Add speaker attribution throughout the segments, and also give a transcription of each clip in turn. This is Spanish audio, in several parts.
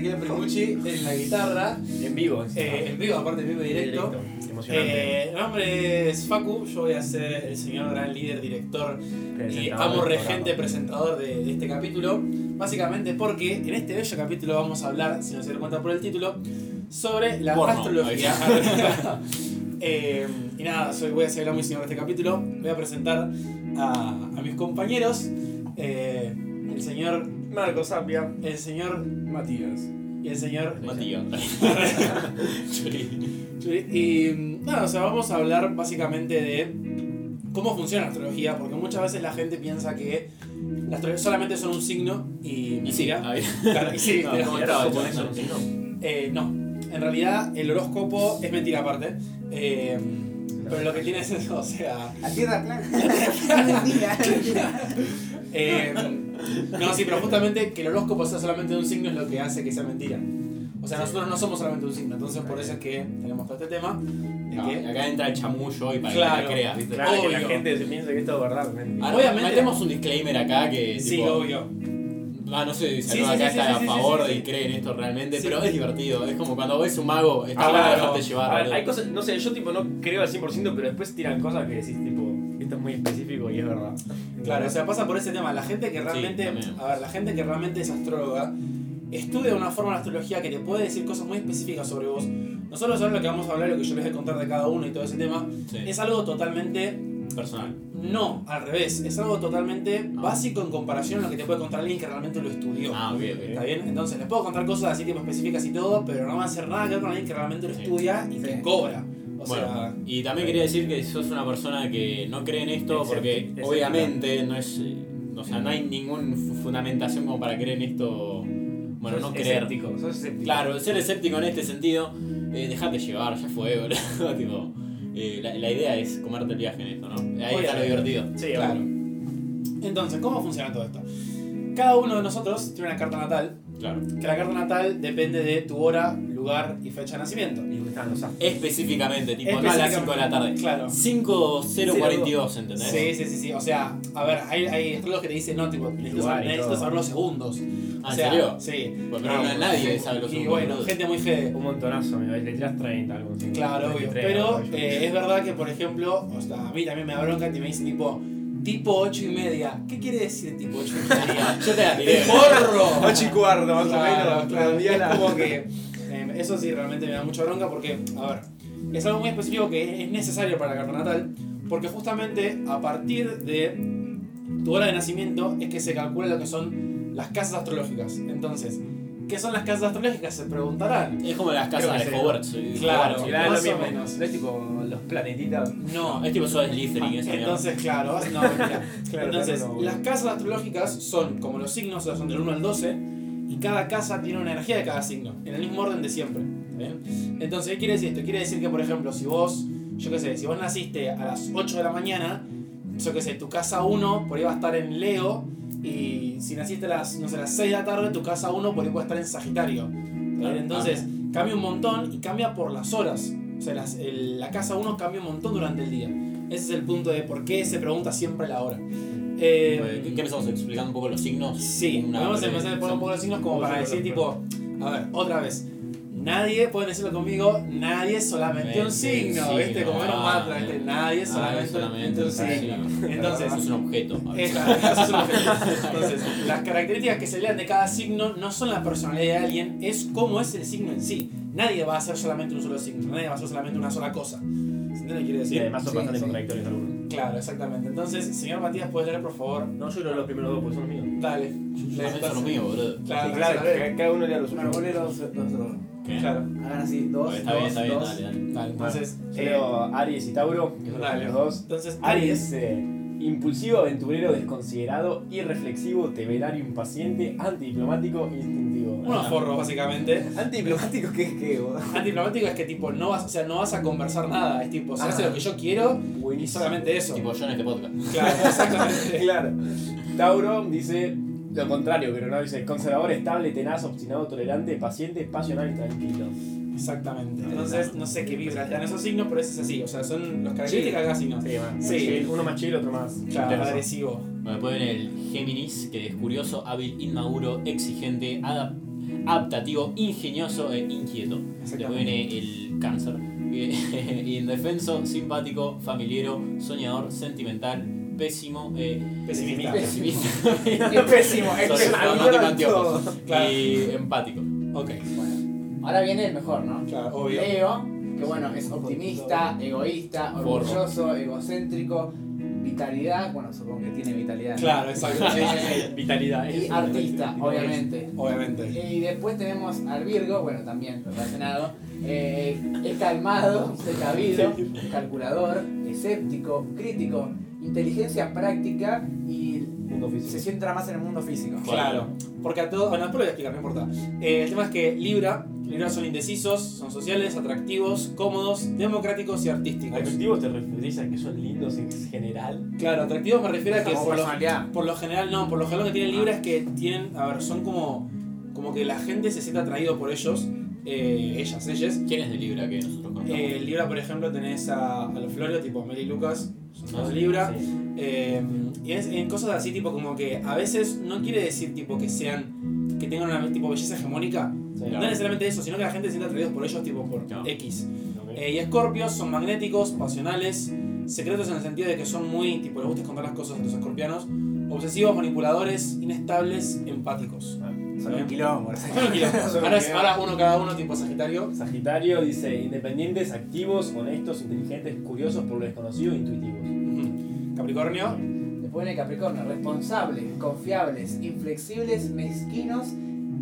Speaker 1: Gucci en la guitarra,
Speaker 2: En vivo.
Speaker 1: eh, en vivo, aparte en vivo y directo.
Speaker 2: Emocionante.
Speaker 1: Eh, mi nombre es Facu, yo voy a ser el señor gran líder, director y
Speaker 2: Presentador
Speaker 1: amo
Speaker 2: del
Speaker 1: regente
Speaker 2: programa.
Speaker 1: presentador de, de este capítulo. Básicamente porque en este bello capítulo vamos a hablar, si no se dan cuenta por el título, sobre la
Speaker 3: Porno.
Speaker 1: astrología. Eh, y nada, soy, voy a ser el amo y señor de este capítulo. Voy a presentar a, a mis compañeros, eh, el señor,
Speaker 2: Marco Sapia.
Speaker 1: el señor
Speaker 4: Matías.
Speaker 1: y el señor
Speaker 3: Matías. Chori.
Speaker 1: Y mm, nada, o sea, vamos a hablar básicamente de cómo funciona la astrología, porque muchas veces la gente piensa que la astrología solamente son un signo y
Speaker 3: Y sí,
Speaker 1: mentira.
Speaker 3: a ver.
Speaker 1: Claro, y sí,
Speaker 3: No,
Speaker 1: pero-
Speaker 3: ¿cómo
Speaker 2: Claro,
Speaker 3: estaba,
Speaker 2: ¿cómo es
Speaker 3: chaval?
Speaker 2: eso?
Speaker 1: eh, no, en realidad el horóscopo es mentira aparte. eh, pero lo que tiene es, o sea,
Speaker 5: La tierra plana. Mentira.
Speaker 1: eh, no, sí, pero justamente que el horóscopo sea solamente de un signo es lo que hace que sea mentira. O sea, nosotros no somos solamente un signo, entonces por eso es que tenemos todo este tema. de
Speaker 3: No,
Speaker 1: que-
Speaker 3: y acá entra el chamullo y para que
Speaker 1: Claro.
Speaker 3: la creas, ¿viste?
Speaker 2: Claro, que la
Speaker 1: Obvio. Ah,
Speaker 2: gente se piensa que esto es verdad. realmente.
Speaker 3: Ahora,
Speaker 1: Obviamente-
Speaker 3: metemos un disclaimer acá
Speaker 5: eh,
Speaker 3: que
Speaker 1: Sí,
Speaker 3: tipo,
Speaker 1: obvio.
Speaker 3: ah, no sé si
Speaker 1: Sí,
Speaker 3: alguno
Speaker 1: sí,
Speaker 3: acá
Speaker 1: sí,
Speaker 3: está
Speaker 1: sí, sí,
Speaker 3: a
Speaker 1: sí,
Speaker 3: favor
Speaker 1: sí, sí.
Speaker 3: y cree en esto realmente,
Speaker 1: Sí.
Speaker 3: pero es divertido. Es como cuando ves un mago, está
Speaker 2: Ah,
Speaker 3: bueno
Speaker 2: claro.
Speaker 3: dejarte
Speaker 2: A
Speaker 3: llevar.
Speaker 2: ver,
Speaker 3: boludo.
Speaker 2: hay cosas, no sé, yo tipo no creo al 100%, pero después tiran cosas que decís tipo, esto es muy específico y es verdad.
Speaker 1: Claro, o sea, pasa por ese tema. La gente que realmente,
Speaker 3: también.
Speaker 1: a ver, la gente que realmente es astróloga, estudia de una forma la astrología que te puede decir cosas muy específicas sobre vos. Nosotros ahora lo que vamos a hablar, lo que yo les voy a contar de cada uno y todo ese tema,
Speaker 3: Sí,
Speaker 1: es algo totalmente,
Speaker 3: personal.
Speaker 1: no, al revés, es algo totalmente básico en comparación a lo que te puede contar alguien que realmente lo estudió.
Speaker 3: Ah, ok, ok.
Speaker 1: ¿Está bien? Entonces, les puedo contar cosas así tipo específicas y todo, pero no va a hacer nada que ver con alguien que realmente lo
Speaker 3: Sí.
Speaker 1: estudia y que
Speaker 5: Sí.
Speaker 1: cobra. O sea,
Speaker 3: Bueno, y también quería decir que sos una persona que no cree en esto
Speaker 2: Escéptica,
Speaker 3: porque
Speaker 2: escéptica.
Speaker 3: obviamente no es, eh, o sea, no hay ninguna fundamentación como para creer en esto, bueno, no
Speaker 2: Sos
Speaker 3: creer.
Speaker 2: escéptico, sos escéptico.
Speaker 3: Claro, ser escéptico en este sentido, eh, dejate llevar, ya fue, boludo. tipo, eh, la, la idea es comerte el viaje en esto, ¿no? Ahí está lo
Speaker 1: Obviamente.
Speaker 3: divertido.
Speaker 2: Sí,
Speaker 1: Claro.
Speaker 2: bueno.
Speaker 1: entonces, ¿cómo funciona todo esto? Cada uno de nosotros tiene una carta natal
Speaker 3: Claro.
Speaker 1: que la carta natal depende de tu hora, lugar y fecha de nacimiento.
Speaker 2: Y me estaban los astros.
Speaker 3: Específicamente, tipo, no a las 5 de la tarde.
Speaker 1: Claro.
Speaker 3: 5042, ¿entendés?
Speaker 1: Sí, sí, sí, sí. O sea, a ver, hay, hay astrólogos que te dicen, no, tipo, necesito
Speaker 2: lugar
Speaker 1: saber,
Speaker 2: y
Speaker 1: necesito
Speaker 2: todo.
Speaker 1: saber los segundos.
Speaker 3: Ah,
Speaker 1: o
Speaker 3: ¿En
Speaker 1: sea,
Speaker 3: serio?
Speaker 1: Sí.
Speaker 3: Bueno, pero no,
Speaker 1: Y-
Speaker 3: nadie sabe los
Speaker 1: Y
Speaker 3: segundos,
Speaker 1: bueno,
Speaker 3: boludo.
Speaker 1: gente muy fede.
Speaker 2: Un montonazo, amigo. Le tirás 30 algo así.
Speaker 1: Claro, obvio.
Speaker 2: 33,
Speaker 1: Pero
Speaker 2: algo así.
Speaker 1: eh, es verdad que, por ejemplo, o sea, a mí también me da bronca y me dicen, tipo, tipo 8 y media. ¿Qué quiere decir tipo 8 y media?
Speaker 3: Yo te la tiré.
Speaker 1: ¡Te ¡Porro!
Speaker 4: Ocho y cuarto, más o menos.
Speaker 1: Claro, claro.
Speaker 4: Día
Speaker 1: Es
Speaker 4: la-
Speaker 1: como que eh, eso sí realmente me da mucha bronca porque, a ver, es algo muy específico que es necesario para la carta natal, porque justamente a partir de tu hora de nacimiento es que se calcula lo que son las casas astrológicas. Entonces, ¿qué son las casas astrológicas? Se preguntarán.
Speaker 3: Es como las casas
Speaker 2: Creo que
Speaker 3: de
Speaker 2: sí.
Speaker 3: Hogwarts.
Speaker 1: Claro.
Speaker 3: Hogwarts,
Speaker 2: Sí, claro,
Speaker 1: más
Speaker 2: es lo
Speaker 1: o
Speaker 2: mismo.
Speaker 1: menos.
Speaker 2: No es tipo los planetitas.
Speaker 1: No,
Speaker 3: No, es tipo eso es Slytherin, esa mierda.
Speaker 1: Entonces, claro, no, mentira.
Speaker 2: Claro,
Speaker 1: Entonces,
Speaker 2: no, no, no.
Speaker 1: las casas astrológicas son como los signos, o sea, son del 1 al 12, y cada casa tiene una energía de cada signo, en el mismo orden de siempre. ¿está bien? Entonces, ¿qué quiere decir esto? Quiere decir que, por ejemplo, si vos, yo qué sé, si vos naciste a las 8 de la mañana, yo qué sé, tu casa 1 por ahí va a estar en Leo, y si naciste a las, no sé, a las 6 de la tarde, tu casa 1 por ahí puede estar en Sagitario. ¿está bien?
Speaker 3: Ah,
Speaker 1: Entonces, cambia un montón y cambia por las horas. O sea, las- el- la casa 1 cambia un montón durante el día. Ese es el punto de por qué se pregunta siempre la hora. Eh,
Speaker 3: ¿Qué empezamos explicando un poco los signos?
Speaker 1: sí,
Speaker 3: Una
Speaker 1: vamos a
Speaker 3: breve
Speaker 1: empezar a poner un poco los signos como
Speaker 2: Sí,
Speaker 1: para
Speaker 2: sí,
Speaker 1: decir,
Speaker 2: sí.
Speaker 1: tipo, a ver, otra vez. Nadie, pueden decirlo conmigo, nadie es solamente un
Speaker 3: Mente,
Speaker 1: signo,
Speaker 3: signo,
Speaker 1: ¿viste? Como era un
Speaker 3: ah,
Speaker 1: mantra, ¿viste? Nadie es
Speaker 3: Ah,
Speaker 1: solamente,
Speaker 3: solamente
Speaker 1: un
Speaker 3: un
Speaker 1: signo.
Speaker 3: signo.
Speaker 1: Entonces,
Speaker 3: Eso es un objeto. a ver.
Speaker 1: esa- eso es lo que- Entonces, las características que se lean de cada signo no son la personalidad de alguien, es cómo es el signo en sí. Nadie va a ser solamente un solo signo, nadie va a ser solamente una sola cosa. ¿Se entiende lo que quiero
Speaker 2: Sí,
Speaker 1: decir?
Speaker 2: además son
Speaker 5: Sí,
Speaker 2: bastante
Speaker 5: sí.
Speaker 2: contradictorios algunos.
Speaker 1: Claro, exactamente. Entonces, señor Matías, ¿puedes leer, por favor?
Speaker 2: No, yo leo los primeros dos porque son los míos.
Speaker 1: Dale.
Speaker 3: Los
Speaker 1: Lees,
Speaker 3: son los míos, Ah, boludo.
Speaker 1: Claro,
Speaker 2: Sí,
Speaker 1: claro,
Speaker 2: que cada uno lea los
Speaker 5: Un
Speaker 2: suyos.
Speaker 5: arbolero, dos, dos, dos.
Speaker 3: ¿Qué?
Speaker 1: claro.
Speaker 5: Hagan así, dos,
Speaker 3: Bueno, Pues Está
Speaker 5: dos,
Speaker 3: bien, está bien,
Speaker 5: dos.
Speaker 3: dale, dale.
Speaker 1: Dale, entonces,
Speaker 2: Yo
Speaker 1: eh,
Speaker 2: leo Aries y Tauro, que son
Speaker 1: Dale.
Speaker 2: los dos.
Speaker 1: entonces Aries.
Speaker 2: Aries, eh, impulsivo, aventurero, desconsiderado, irreflexivo, temerario, impaciente, antidiplomático, instintivo. Ah,
Speaker 1: Unos forros, básicamente.
Speaker 5: Antidiplomático, ¿qué es qué, vos?
Speaker 1: Antidiplomático es que, tipo, no vas, o sea, no vas a conversar nada. Es tipo, se
Speaker 2: Ah.
Speaker 1: hace lo que yo quiero y
Speaker 2: Buenísimo.
Speaker 1: solamente eso.
Speaker 3: Tipo yo en este podcast.
Speaker 1: Claro, exactamente.
Speaker 2: Claro. Tauro dice lo contrario, pero no dice conservador, estable, tenaz, obstinado, tolerante, paciente, pasional y tranquilo.
Speaker 1: Exactamente. Entonces, no sé qué vibra le dan esos signos, pero ese es así. O sea, son las características de cada signo.
Speaker 2: Sí, más
Speaker 1: Sí.
Speaker 2: chill, uno más chill, otro más.
Speaker 1: Claro,
Speaker 2: intenso.
Speaker 1: agresivo.
Speaker 3: Bueno, después viene el Géminis, que es curioso, hábil, inmaduro, exigente, adap- aptativo, ingenioso e inquieto. Después viene el cáncer. Eh, Indefenso, simpático, familiero, soñador, sentimental, pésimo, eh,
Speaker 1: Pesimista.
Speaker 3: pesimista.
Speaker 5: Es pésimo, es
Speaker 3: Soy
Speaker 5: pésimo.
Speaker 3: dramático anteojos.
Speaker 1: Claro.
Speaker 3: Y empático.
Speaker 1: Ok,
Speaker 6: Bueno, ahora viene el mejor, ¿no?
Speaker 1: claro, obvio.
Speaker 6: Leo, que bueno, es optimista, egoísta,
Speaker 3: Forro.
Speaker 6: orgulloso, egocéntrico, vitalidad, bueno, supongo que tiene vitalidad. ¿no?
Speaker 1: Claro, exacto. Sí, sí, sí,
Speaker 2: Vitalidad.
Speaker 6: Y
Speaker 2: eso.
Speaker 6: artista, obviamente.
Speaker 1: obviamente.
Speaker 6: Y después tenemos al Virgo, bueno, también relacionado. eh, es calmado, precavido, calculador, escéptico, crítico, inteligencia práctica y
Speaker 2: Mundo
Speaker 6: se
Speaker 2: físico.
Speaker 6: centra más en el mundo físico.
Speaker 1: Claro. Porque a todos. Bueno, después lo voy a explicar, no importa. Eh, el tema es que Libra, Libra son indecisos, son sociales, atractivos, cómodos, democráticos y artísticos.
Speaker 2: Atractivos te referís a que son lindos en general.
Speaker 1: Claro, atractivos me refiero a que
Speaker 6: Como
Speaker 1: por lo,
Speaker 6: personalidad.
Speaker 1: por lo general, no, por lo general lo que tienen Libra es que tienen. A ver, son como. Como que la gente se siente atraído por ellos, eh, ellas, ellas.
Speaker 3: ¿Quién es de Libra que nosotros contamos?
Speaker 1: Eh, Libra, por ejemplo, tenés a, a los Florio, tipo Meli y Lucas, son dos
Speaker 3: Ah,
Speaker 1: Libra.
Speaker 2: Sí.
Speaker 1: Eh, y es- en cosas así, tipo como que a veces no quiere decir tipo que sean, que tengan una tipo belleza hegemónica. No
Speaker 2: Claro.
Speaker 1: necesariamente eso, sino que la gente se siente atraídos por ellos, tipo por
Speaker 3: Claro.
Speaker 1: X. Eh, y Escorpios son magnéticos, pasionales, secretos en el sentido de que son muy, tipo, les gusta contar las cosas a los escorpianos, obsesivos, manipuladores, inestables, empáticos.
Speaker 5: Ah, Son un quilombo.
Speaker 1: Son un quilombo.
Speaker 5: Son un
Speaker 1: Ahora, es-
Speaker 5: quilombo.
Speaker 1: ahora uno cada uno, tipo Sagitario.
Speaker 2: Sagitario dice independientes, activos, honestos, inteligentes, curiosos por lo desconocido, intuitivos.
Speaker 1: Ujú. Capricornio.
Speaker 6: Después viene Capricornio, responsables, confiables, inflexibles, mezquinos,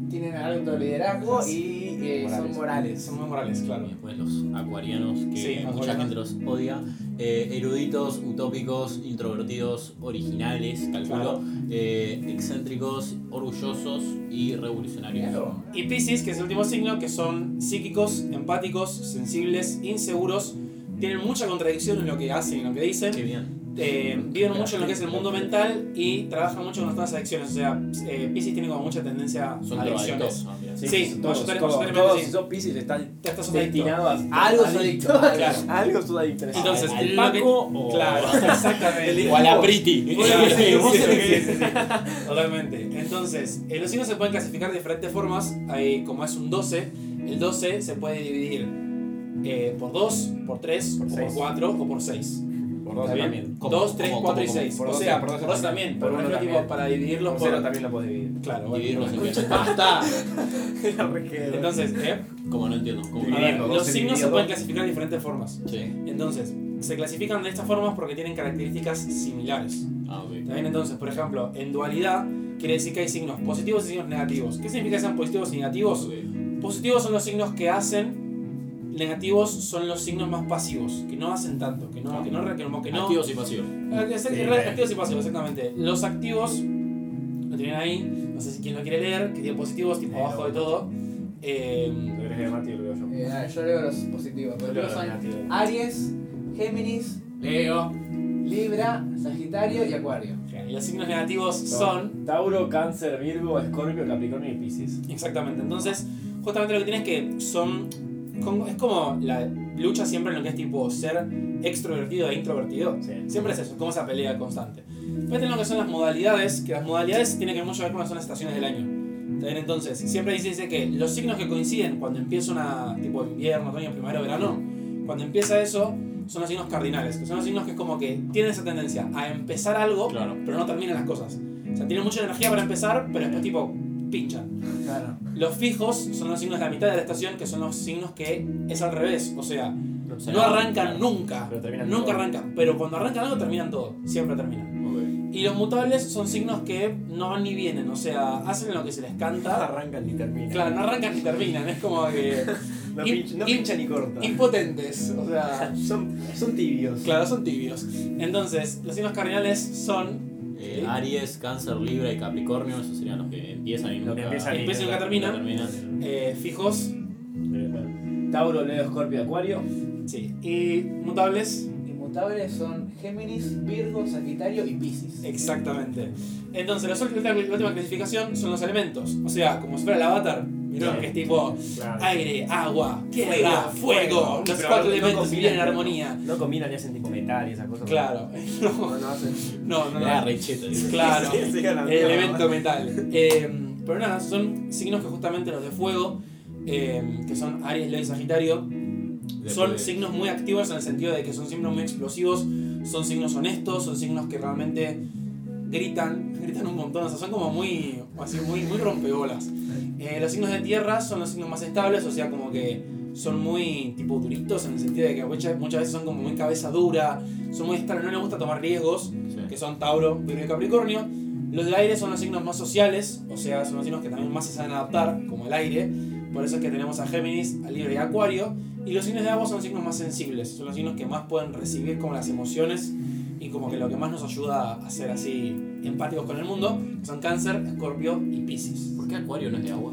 Speaker 6: tienen alto liderazgo y eh, son morales.
Speaker 1: Son muy morales, claro.
Speaker 3: Y después los acuarianos, que
Speaker 1: Sí,
Speaker 3: mucha
Speaker 1: acuarianos.
Speaker 3: gente los odia. Eh, eruditos, utópicos, introvertidos, originales, calculo.
Speaker 1: Claro.
Speaker 3: Eh, excéntricos, orgullosos y revolucionarios.
Speaker 6: Claro.
Speaker 1: Y Pisces, que es el último signo, que son psíquicos, empáticos, sensibles, inseguros, tienen mucha contradicción en lo que hacen y en lo que dicen,
Speaker 3: Qué bien.
Speaker 1: eh, viven mucho en lo que es el mundo mental y trabajan mucho con las adicciones. O sea, eh, Pisces tiene como mucha tendencia
Speaker 3: Son
Speaker 1: a adicciones.
Speaker 3: drogadictos. ah, mira.
Speaker 1: Sí,
Speaker 2: todos,
Speaker 1: todos,
Speaker 2: todos,
Speaker 1: totalmente,
Speaker 2: todos,
Speaker 1: sí.
Speaker 2: si sos Pisces estás
Speaker 1: Te estás adicto.
Speaker 2: destinado a...
Speaker 6: A algo sos adicto.
Speaker 1: Claro.
Speaker 2: A Algo sos adicto.
Speaker 1: Entonces,
Speaker 3: ¿Al
Speaker 1: lo que-
Speaker 3: Paco o-
Speaker 1: Claro, exactamente.
Speaker 3: O a la Priti.
Speaker 1: Claro, sí,
Speaker 3: Vos
Speaker 1: sí, sí,
Speaker 3: elegís.
Speaker 1: sí, sí. Totalmente. Entonces, eh, los signos se pueden clasificar de diferentes formas. Hay, como es un 12, el 12 se puede dividir eh, por 2, por 3,
Speaker 2: Por
Speaker 1: por,
Speaker 2: seis.
Speaker 1: 4 o por 6.
Speaker 4: Por dos
Speaker 1: Está
Speaker 4: también.
Speaker 1: bien.
Speaker 3: ¿Cómo?
Speaker 1: 2, 3,
Speaker 3: ¿Cómo,
Speaker 1: 4 y
Speaker 3: cómo,
Speaker 1: 6.
Speaker 4: cómo?
Speaker 1: O
Speaker 4: Por
Speaker 1: sea,
Speaker 4: doce,
Speaker 1: por
Speaker 4: por doce
Speaker 1: 2 también. Por
Speaker 2: Por
Speaker 1: ejemplo,
Speaker 2: uno
Speaker 1: tipo,
Speaker 2: también.
Speaker 1: para dividirlos
Speaker 2: Por
Speaker 1: por.
Speaker 2: cero también la podés dividir.
Speaker 1: Claro, bueno.
Speaker 3: Dividirlos en bien.
Speaker 1: Basta. Entonces, ¿eh?
Speaker 3: Como no entiendo. ¿Cómo?
Speaker 1: A ver,
Speaker 4: Dividirlo,
Speaker 1: los
Speaker 4: doce
Speaker 1: signos se
Speaker 4: dividido
Speaker 1: pueden
Speaker 4: dos.
Speaker 1: clasificar de diferentes formas.
Speaker 3: Sí.
Speaker 1: Entonces, se clasifican de estas formas porque tienen características similares.
Speaker 3: Ah, ok.
Speaker 1: También entonces, por ejemplo, en dualidad quiere decir que hay signos positivos y signos negativos. ¿Qué significa que sean positivos y negativos?
Speaker 3: Ok.
Speaker 1: Positivos son los signos que hacen, negativos son los signos más pasivos, que no hacen tanto, que no, que no, que no, que no-
Speaker 3: Activos y pasivos.
Speaker 1: Ah, es- es- activos y pasivos, exactamente. Los activos, lo tienen ahí, no sé si quién lo quiere leer, que tienen positivos, tipo
Speaker 2: Eh,
Speaker 1: abajo
Speaker 2: no.
Speaker 1: de todo.
Speaker 2: Lo
Speaker 1: Eh,
Speaker 2: que eres llamativo, creo yo.
Speaker 6: Eh, a ver, yo leo los positivos.
Speaker 2: Yo
Speaker 6: Los
Speaker 2: leo
Speaker 6: positivos
Speaker 2: los
Speaker 6: son
Speaker 2: negativos.
Speaker 6: Aries, Géminis, Leo, Libra, Sagitario y Acuario.
Speaker 1: y los signos negativos son
Speaker 2: Tauro, Cáncer, Virgo, Escorpio, Capricornio y Pisces.
Speaker 1: Exactamente, entonces justamente lo que tienes que son... con- Es como la lucha siempre en lo que es tipo ser extrovertido e introvertido.
Speaker 2: Sí.
Speaker 1: Siempre es eso, como esa pelea constante. Después tenemos lo que son las modalidades, que las modalidades tienen que ver mucho ver con las son las estaciones del año. También entonces, siempre dice, dice que los signos que coinciden cuando empieza una tipo invierno, otoño, primavera, verano, cuando empieza eso son los signos cardinales, que son los signos que es como que tienen esa tendencia a empezar algo,
Speaker 3: Claro.
Speaker 1: pero no terminan las cosas. O sea, tienen mucha energía para empezar, pero después tipo pinchan.
Speaker 6: Claro.
Speaker 1: Los fijos son los signos de la mitad de la estación, que son los signos que es al revés. O sea,
Speaker 2: No
Speaker 1: no arrancan nunca.
Speaker 2: Pero terminan
Speaker 1: Nunca
Speaker 2: todo.
Speaker 1: arrancan. Pero cuando arrancan algo, terminan todo. Siempre terminan.
Speaker 3: Ok.
Speaker 1: Y los mutables son signos que no van ni vienen. O sea, hacen lo que se les canta.
Speaker 2: arrancan ni terminan.
Speaker 1: Claro, no arrancan ni terminan. Es como que.
Speaker 5: No
Speaker 1: Y-
Speaker 5: pincha, no
Speaker 1: y-
Speaker 5: pincha ni corta.
Speaker 1: impotentes. O sea.
Speaker 5: Son, son tibios.
Speaker 1: Claro, son tibios. Entonces, los signos cardinales son.
Speaker 3: Eh, Aries, Cáncer, Libra y Capricornio, esos serían los que empiezan y
Speaker 2: Lo que
Speaker 3: nunca
Speaker 2: empiezan y
Speaker 1: Empiezan y nunca
Speaker 3: nunca
Speaker 1: terminan.
Speaker 3: terminan.
Speaker 1: eh, fijos.
Speaker 2: Eh, bueno. Tauro, Leo, Escorpio, Acuario.
Speaker 1: Sí. Y mutables.
Speaker 6: Inmutables son Géminis, Virgo, Sagitario y Piscis.
Speaker 1: Exactamente. Entonces, la última, la última clasificación son los elementos. O sea, como si fuera el avatar. ¿Vieron?
Speaker 2: Sí.
Speaker 1: Que es tipo aire, agua, tierra, fuego.
Speaker 2: No,
Speaker 1: Los
Speaker 2: pero
Speaker 1: cuatro
Speaker 2: no
Speaker 1: elementos
Speaker 2: combinan,
Speaker 1: viven en
Speaker 2: claro.
Speaker 1: armonía.
Speaker 2: No combinan ni hacen tipo metal y esas cosas.
Speaker 1: Claro. No,
Speaker 5: No, no hacen.
Speaker 1: no, no.
Speaker 3: Ah, recheta. dice.
Speaker 1: Claro.
Speaker 5: Sí, sí, a la
Speaker 1: El
Speaker 5: mierda.
Speaker 1: elemento metal. Eh, Pero nada, son signos que justamente los de fuego, eh, que son Aries, Leo y Sagitario, son
Speaker 4: Después de-
Speaker 1: signos muy activos en el sentido de que son signos muy explosivos, son signos honestos, son signos que realmente gritan, gritan un montón, o sea, son como muy, así, muy, muy rompebolas. Eh, los signos de tierra son los signos más estables, o sea, como que son muy tipo duritos en el sentido de que muchas, muchas veces son como muy cabeza dura, son muy estables, no les gusta tomar riesgos, que son Tauro, Virgo y Capricornio. Los de aire son los signos más sociales, o sea, son los signos que también más se saben adaptar, como el aire. Por eso es que tenemos a Géminis, a Libra y a Acuario. Y los signos de agua son los signos más sensibles, son los signos que más pueden recibir como las emociones y como que lo que más nos ayuda a ser así empáticos con el mundo, que son Cáncer, Escorpio y Piscis.
Speaker 3: ¿Por qué Acuario no es de agua?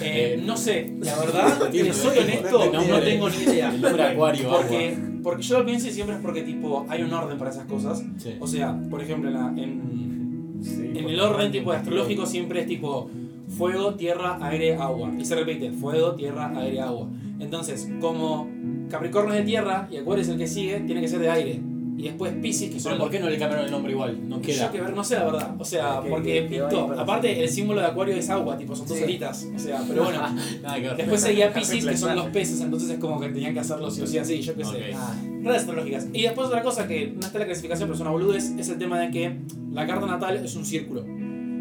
Speaker 1: Eh, no sé, la verdad,
Speaker 3: Entiendo,
Speaker 1: les soy
Speaker 3: no
Speaker 1: honesto,
Speaker 3: entiendo.
Speaker 1: no tengo ni idea.
Speaker 3: El nombre Acuario,
Speaker 1: Porque, porque yo lo pienso y siempre es porque tipo hay un orden para esas cosas.
Speaker 3: agua. Sí.
Speaker 1: O sea, por ejemplo, en, la- en,
Speaker 2: Sí,
Speaker 1: en el orden tipo astrológico siempre es tipo fuego, tierra, aire, agua. Y se repite, fuego, tierra, aire, agua. Entonces, como Capricornio es de tierra y Acuario es el que sigue, tiene que ser de aire. Y después Pisces, que son
Speaker 3: Pero
Speaker 1: los
Speaker 3: ¿por qué no le cambiaron el nombre igual? No
Speaker 1: yo
Speaker 3: queda.
Speaker 1: que ver, no sé la verdad. O sea,
Speaker 2: Que-
Speaker 1: porque
Speaker 2: que- que
Speaker 1: pintó.
Speaker 2: vaya para
Speaker 1: Aparte,
Speaker 2: siempre.
Speaker 1: el símbolo de Acuario es agua, tipo, son dos
Speaker 6: Sí.
Speaker 1: horitas. O sea, pero bueno.
Speaker 3: Nada que ver.
Speaker 1: Después seguía Pisces, que son
Speaker 6: Reemplazar.
Speaker 1: los peces, entonces es como que tenían que hacerlo sí o sí así, yo qué sé.
Speaker 3: Ok.
Speaker 6: Ah,
Speaker 1: Redes astrológicas. Y después otra cosa que no está en la clasificación, pero es una boludez, es el tema de que la carta natal es un círculo.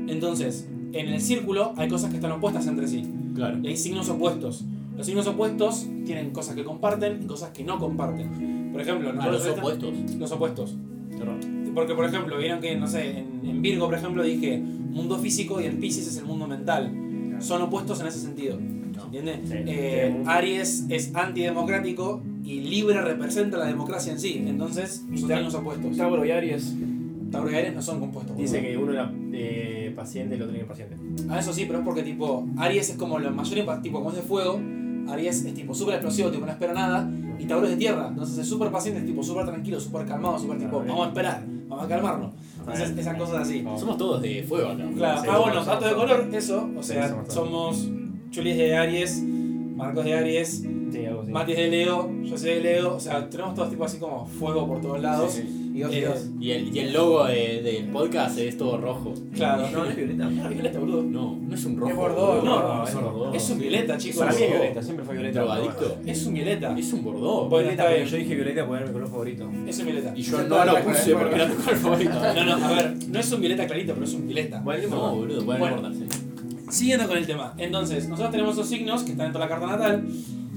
Speaker 1: Entonces, en el círculo hay cosas que están opuestas entre sí.
Speaker 3: Claro.
Speaker 1: Y hay signos opuestos. Los signos opuestos tienen cosas que comparten y cosas que no comparten. Por ejemplo,
Speaker 3: A
Speaker 1: nosotros
Speaker 3: los
Speaker 1: esta-
Speaker 3: opuestos.
Speaker 1: los opuestos. Porque, por ejemplo, vieron que, no sé, en, en Virgo, por ejemplo, dije mundo físico y en Pisces es el mundo mental. Son opuestos en ese sentido. ¿Se entiende?
Speaker 2: Sí.
Speaker 1: Eh,
Speaker 2: Sí.
Speaker 1: Aries es antidemocrático y Libra representa la democracia en sí. Entonces, son signos opuestos.
Speaker 2: Tauro y Aries
Speaker 1: Tauro y Aries no son compuestos.
Speaker 2: dice
Speaker 1: boludo.
Speaker 2: que uno era eh, paciente y el otro era paciente.
Speaker 1: Ah, eso sí, pero es porque, tipo, Aries es como la mayor impa- tipo, como es de fuego. Aries es tipo súper explosivo, tipo no espera nada. Y Tauro es de tierra. Entonces es súper paciente, es tipo súper tranquilo, súper calmado, súper tipo,
Speaker 2: Ah, bien.
Speaker 1: vamos a esperar, vamos a calmarnos. Entonces, Ah, esas cosas así.
Speaker 2: Oh.
Speaker 3: Somos todos de fuego acá.
Speaker 1: Claro,
Speaker 2: Sí,
Speaker 1: ah, bueno,
Speaker 2: somos-
Speaker 1: dato de
Speaker 2: somos-
Speaker 1: color, eso. O
Speaker 2: Sí,
Speaker 1: sea,
Speaker 2: somos-
Speaker 1: somos Chulis de Aries, Marcos de Aries,
Speaker 2: Sí, algo así.
Speaker 1: Matis de Leo, yo soy de Leo. O sea, tenemos todos tipo así como fuego por todos lados.
Speaker 6: y dos y
Speaker 1: Eh,
Speaker 6: dos.
Speaker 3: Y el, y el logo de- del podcast es todo rojo.
Speaker 1: Claro.
Speaker 5: No, no es violeta.
Speaker 1: Ah, violeta, boludo.
Speaker 3: No, no es un rojo.
Speaker 6: Es
Speaker 1: No,
Speaker 6: bordó.
Speaker 2: no,
Speaker 3: es
Speaker 2: es
Speaker 3: un bordó.
Speaker 1: Es un violeta, chicos.
Speaker 2: Para mí es violeta, siempre fue violeta.
Speaker 3: drogadicto.
Speaker 1: Es un violeta.
Speaker 3: Es un
Speaker 1: Bueno,
Speaker 3: bordó.
Speaker 5: Violeta,
Speaker 1: está
Speaker 5: pero
Speaker 1: bien.
Speaker 5: yo dije violeta porque era mi color favorito.
Speaker 1: Es un violeta.
Speaker 3: Y yo no lo puse porque era tu color favorito.
Speaker 1: No, no, a ver, no es un violeta clarito, pero es un violeta.
Speaker 2: Bueno,
Speaker 3: No,
Speaker 2: no.
Speaker 3: boludo, eh. bueno,
Speaker 1: Bueno.
Speaker 3: no importa. sí.
Speaker 1: Siguiendo con el tema. Entonces, nosotros tenemos esos signos que están dentro de la carta natal.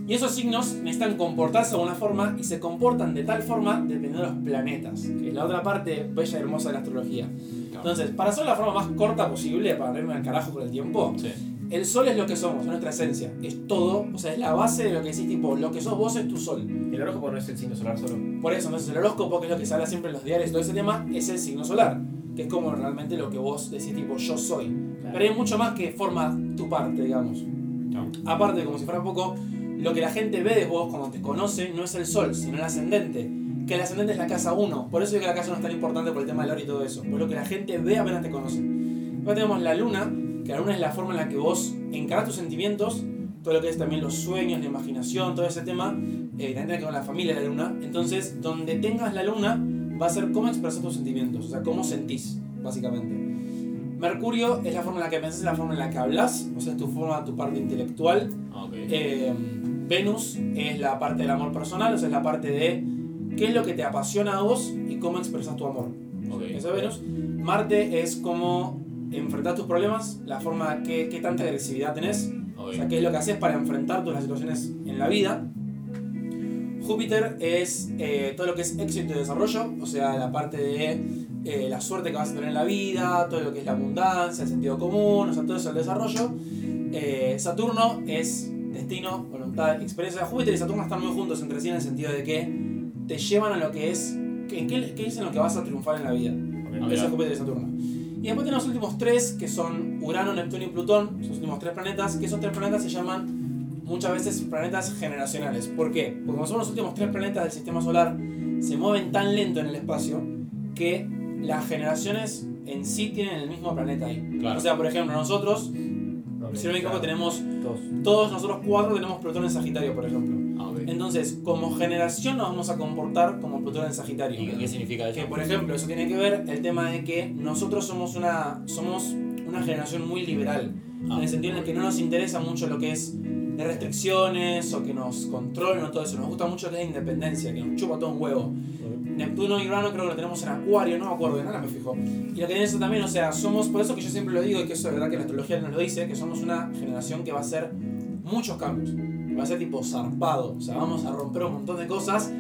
Speaker 1: Y esos signos necesitan comportarse de una forma y se comportan de tal forma dependiendo de los planetas, que es la otra parte bella y hermosa de la astrología. Entonces, para hacerlo de la forma más corta posible, para no irme al carajo con el tiempo,
Speaker 3: Sí.
Speaker 1: el sol es lo que somos, es nuestra esencia, es todo, o sea, es la base de lo que decís, tipo, lo que sos vos es tu sol.
Speaker 2: El horóscopo no es el signo solar solo.
Speaker 1: Por eso, entonces el horóscopo, que es lo que se habla siempre en los diarios, y todo ese tema, es el signo solar, que es como realmente lo que vos decís, tipo, yo soy. Pero hay mucho más que forma tu parte, digamos. Aparte, como si fuera poco, lo que la gente ve de vos cuando te conoce no es el sol, sino el ascendente. Que el ascendente es la casa 1. Por eso es que la casa 1 es tan importante por el tema del oro y todo eso. Por lo que la gente ve apenas te conoce. Luego tenemos la luna, que la luna es la forma en la que vos encarás tus sentimientos, todo lo que es también los sueños, la imaginación, todo ese tema, eh, también tiene que ver con la familia de la luna. Entonces, donde tengas la luna va a ser cómo expresas tus sentimientos, o sea, cómo sentís, básicamente. Mercurio es la forma en la que pensás, es la forma en la que hablas, o sea, es tu forma, tu parte intelectual.
Speaker 3: Ah, ok.
Speaker 1: Eh, Venus es la parte del amor personal, o sea, es la parte de qué es lo que te apasiona a vos y cómo expresas tu amor.
Speaker 3: ok.
Speaker 1: Eso es Venus. Marte es cómo enfrentar tus problemas, la forma que, qué tanta agresividad tenés,
Speaker 3: ok.
Speaker 1: o sea, qué es lo que haces para enfrentar todas las situaciones en la vida. Júpiter es eh, todo lo que es éxito y desarrollo, o sea, la parte de eh, la suerte que vas a tener en la vida, todo lo que es la abundancia, el sentido común, o sea, todo eso el desarrollo. Eh, Saturno es destino, voluntad, experiencia. Júpiter y Saturno están muy juntos entre sí en el sentido de que te llevan a lo que es, que- en qué, qué es en lo que vas a triunfar en la vida.
Speaker 3: Ah,
Speaker 1: Eso
Speaker 3: mirá.
Speaker 1: es Júpiter y Saturno. Y después tenemos los últimos tres, que son Urano, Neptuno y Plutón, los últimos tres planetas, que esos tres planetas se llaman muchas veces planetas generacionales. ¿Por qué? Porque como son los últimos tres planetas del sistema solar, se mueven tan lento en el espacio que las generaciones en sí tienen el mismo planeta ahí.
Speaker 3: Claro.
Speaker 1: O sea, por ejemplo, nosotros, si no me equivoco, tenemos,
Speaker 2: Dos.
Speaker 1: todos nosotros cuatro tenemos Plutón en Sagitario, por ejemplo.
Speaker 3: Ah, ok.
Speaker 1: Entonces, como generación nos vamos a comportar como Plutón en Sagitario.
Speaker 3: ¿Y qué significa
Speaker 1: Que
Speaker 3: eso?
Speaker 1: por ejemplo, eso tiene que ver el tema de que nosotros somos una, somos una generación muy liberal.
Speaker 3: Ah.
Speaker 1: en el sentido en el que no nos interesa mucho lo que es de restricciones o que nos controlen o todo eso. Nos gusta mucho lo que es independencia, que nos chupa todo un huevo. Neptuno y Urano creo que lo tenemos en Acuario, no me acuerdo, en ahora me fijo. Y lo que tiene eso también, o sea, somos, por eso que yo siempre lo digo y que eso es verdad que la astrología nos lo dice, que somos una generación que va a hacer muchos cambios. Va a ser tipo zarpado, o sea, vamos a romper un montón de cosas,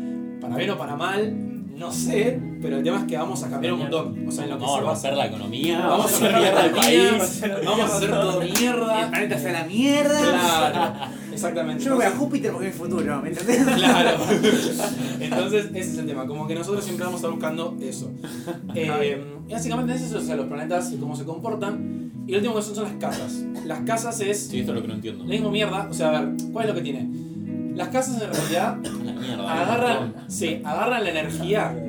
Speaker 1: para bien o para mal, no sé, pero el tema es que vamos a cambiar un montón. O sea, en lo que
Speaker 3: Vamos
Speaker 1: se
Speaker 3: a
Speaker 1: basa.
Speaker 3: romper la economía,
Speaker 1: Vamos a hacer mierda
Speaker 3: mierda
Speaker 1: el
Speaker 3: el país.
Speaker 1: país, vamos a hacer todo mierda.
Speaker 5: planeta se a la mierda.
Speaker 1: Claro, exactamente.
Speaker 5: Yo me voy a Júpiter porque es mi futuro, ¿me entendés?
Speaker 1: Claro. Entonces, ese es el tema. Como que nosotros siempre vamos a estar buscando eso. Eh, y básicamente es eso, o sea, los planetas y cómo se comportan. Y lo último que son son las casas. Las casas es
Speaker 3: Sí, esto es lo que no entiendo.
Speaker 1: la misma mierda. O sea, a ver, ¿cuál es lo que tiene? Las casas en realidad
Speaker 3: A Ah, la mierda.
Speaker 1: agarran, sí, agarran la energía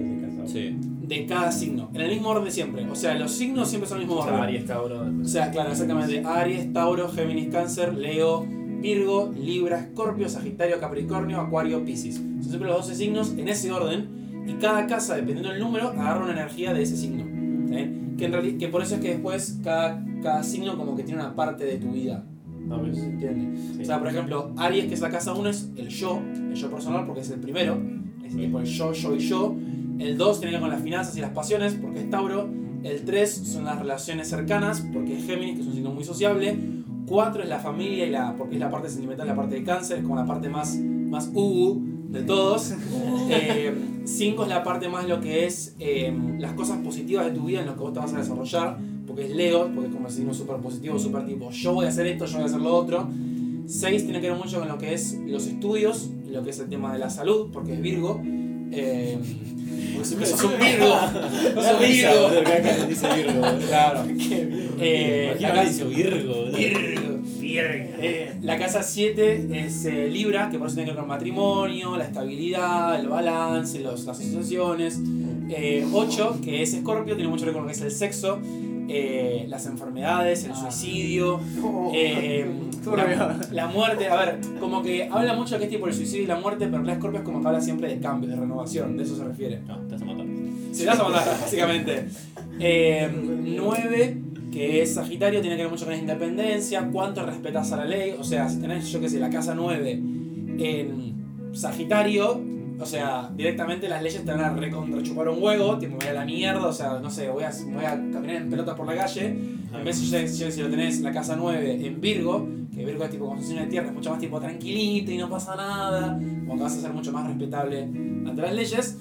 Speaker 3: Sí.
Speaker 1: de cada signo. En el mismo orden de siempre. O sea, los signos siempre son el mismo orden.
Speaker 2: Ari está bro.
Speaker 1: O sea, claro, exactamente. Aries, Tauro, Géminis, Cáncer, Leo, Virgo, Libra, Escorpio, Sagitario, Capricornio, Acuario, Piscis. Son siempre los 12 signos en ese orden y cada casa, dependiendo del número, agarra una energía de ese signo. ¿eh? Que, en reali- que por eso es que después cada, cada signo como que tiene una parte de tu vida.
Speaker 2: No, pero sí.
Speaker 1: ¿Entiendes? O sea, por ejemplo, Aries, que es la casa 1, es el yo, el yo personal, porque es el primero. Es tipo el yo, yo y yo. El 2 tiene que ver con las finanzas y las pasiones, porque es Tauro. El 3 son las relaciones cercanas, porque es Géminis, que es un signo muy sociable. 4 es la familia, y la, porque es la parte sentimental, la parte de cáncer, es como la parte más, más ugu de todos. 5 es la parte más lo que es eh, las cosas positivas de tu vida, en lo que vos te vas a desarrollar, porque es Leo, porque es como el signo súper positivo, súper tipo, yo voy a hacer esto, yo voy a hacer lo otro. 6 tiene que ver mucho con lo que es los estudios y lo que es el tema de la salud, porque es Virgo. Eh, porque siempre sos un Virgo. Sos un Virgo.
Speaker 3: Dice Virgo.
Speaker 1: Claro. Eh, la
Speaker 3: Imagínate,
Speaker 1: casa-
Speaker 3: dice Virgo.
Speaker 1: Virgo. Eh, la casa 7 es eh, Libra, que por eso tiene que ver con matrimonio, la estabilidad, el balance, los- las asociaciones. 8, que es Escorpio, tiene mucho que ver con lo que es el sexo, eh, las enfermedades, el suicidio. Eh, la, la muerte, a ver, como que habla mucho de que es tipo el suicidio y la muerte, pero la Scorpio es como que habla siempre de cambio, de renovación, de eso se refiere.
Speaker 3: No, te vas a matar.
Speaker 1: Se las vas a matar, básicamente. 9, que es Sagitario, tiene que ver mucho con la independencia, cuánto respetas a la ley, o sea, si tenés, yo qué sé, la casa 9 en Sagitario, o sea, directamente las leyes te van a recontrachupar un huevo, tipo, me voy a la mierda, o sea, no sé, voy a, voy a caminar en pelota por la calle, en vez de si, si lo tenés la casa 9 en Virgo, que Virgo es tipo construcción de tierra, es mucho más tipo tranquilito y no pasa nada, como que vas a ser mucho más respetable ante las leyes.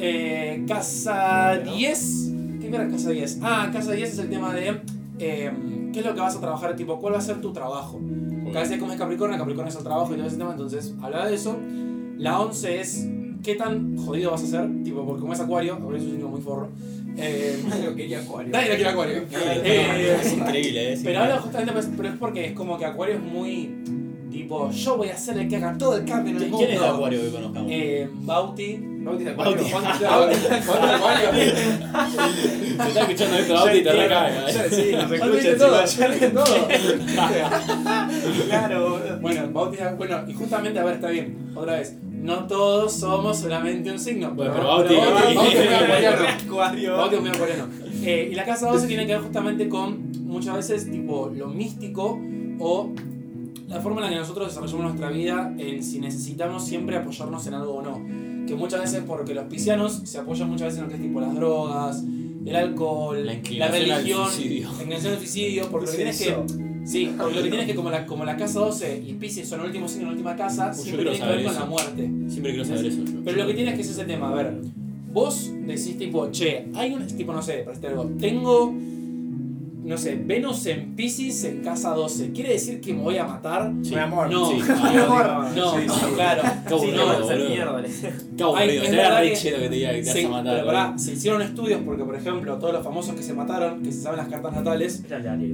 Speaker 1: Eh, casa 10, ¿qué era casa 10? Ah, casa 10 es el tema de eh, qué es lo que vas a trabajar, tipo, cuál va a ser tu trabajo. Cada vez que comes Capricornio, Capricornio es el trabajo y todo ese tema, entonces habla de eso. La 11 es qué tan jodido vas a ser, tipo, porque como es Acuario, Acuario es un signo muy forro. Eh, Nadie lo quiere Acuario. Eh,
Speaker 3: Es increíble, eh.
Speaker 1: pero ahora justamente pues, pero es porque es como que Acuario es muy tipo, yo voy a ser el que haga todo el cambio en el
Speaker 3: ¿Quién
Speaker 1: mundo.
Speaker 3: es el acuario que conozcamos?
Speaker 1: Eh, Bauti.
Speaker 6: Bauti de
Speaker 3: Bauti. Ah,
Speaker 1: Juan de Acuario. Juan de Acuario.
Speaker 3: Si estás escuchando esto, Bauti, te recaga. eh.
Speaker 5: Sí, nos
Speaker 1: Bauti
Speaker 5: escucha
Speaker 1: de todo,
Speaker 5: encima.
Speaker 1: de todo.
Speaker 5: Claro, boludo.
Speaker 1: Bueno, Bauti de- bueno, y justamente, a ver, está bien, otra vez. No todos somos solamente un signo.
Speaker 3: Bueno, pero Bauti-
Speaker 1: Bauti, Bauti es muy acuariano.
Speaker 5: Acuario.
Speaker 1: Bauti es muy acuariano. Eh, y la casa 12 tiene que ver justamente con muchas veces tipo lo místico o la forma en la que nosotros desarrollamos nuestra vida en si necesitamos siempre apoyarnos en algo o no. Que muchas veces, porque los piscianos se apoyan muchas veces en lo que es tipo las drogas, el alcohol,
Speaker 3: La
Speaker 1: la,
Speaker 3: inclinación al
Speaker 1: religión,
Speaker 3: suicidio.
Speaker 1: la inclinación al suicidio, porque lo que tienes que. Sí, porque lo que tienes que, como la, como la casa 12 y Pisces son el último signo, la última casa,
Speaker 3: Uy, yo
Speaker 1: siempre
Speaker 3: quiero
Speaker 1: tiene que ver
Speaker 3: saber
Speaker 1: con
Speaker 3: eso.
Speaker 1: la muerte.
Speaker 3: Siempre quiero saber eso yo.
Speaker 1: Pero lo que tienes que es ese tema, a ver. Vos decís tipo, che, hay un tipo, no sé, para decirte algo, tengo, no sé, Venus en Pisces en casa 12. ¿Quiere decir que me voy a matar?
Speaker 3: Sí.
Speaker 5: Mi amor.
Speaker 1: No,
Speaker 3: Sí.
Speaker 1: no, no,
Speaker 5: Sí, sí.
Speaker 1: claro.
Speaker 3: Qué aburrido,
Speaker 1: Sí, no,
Speaker 3: boludo. Qué
Speaker 1: Ay,
Speaker 3: aburrido.
Speaker 1: es
Speaker 3: Era
Speaker 1: verdad
Speaker 3: re
Speaker 1: que-
Speaker 3: cheto que te diga que te vas
Speaker 1: Sí,
Speaker 3: a matar.
Speaker 1: pero
Speaker 3: boludo.
Speaker 1: pará, se hicieron estudios porque, por ejemplo, todos los famosos que se mataron, que se saben las cartas natales,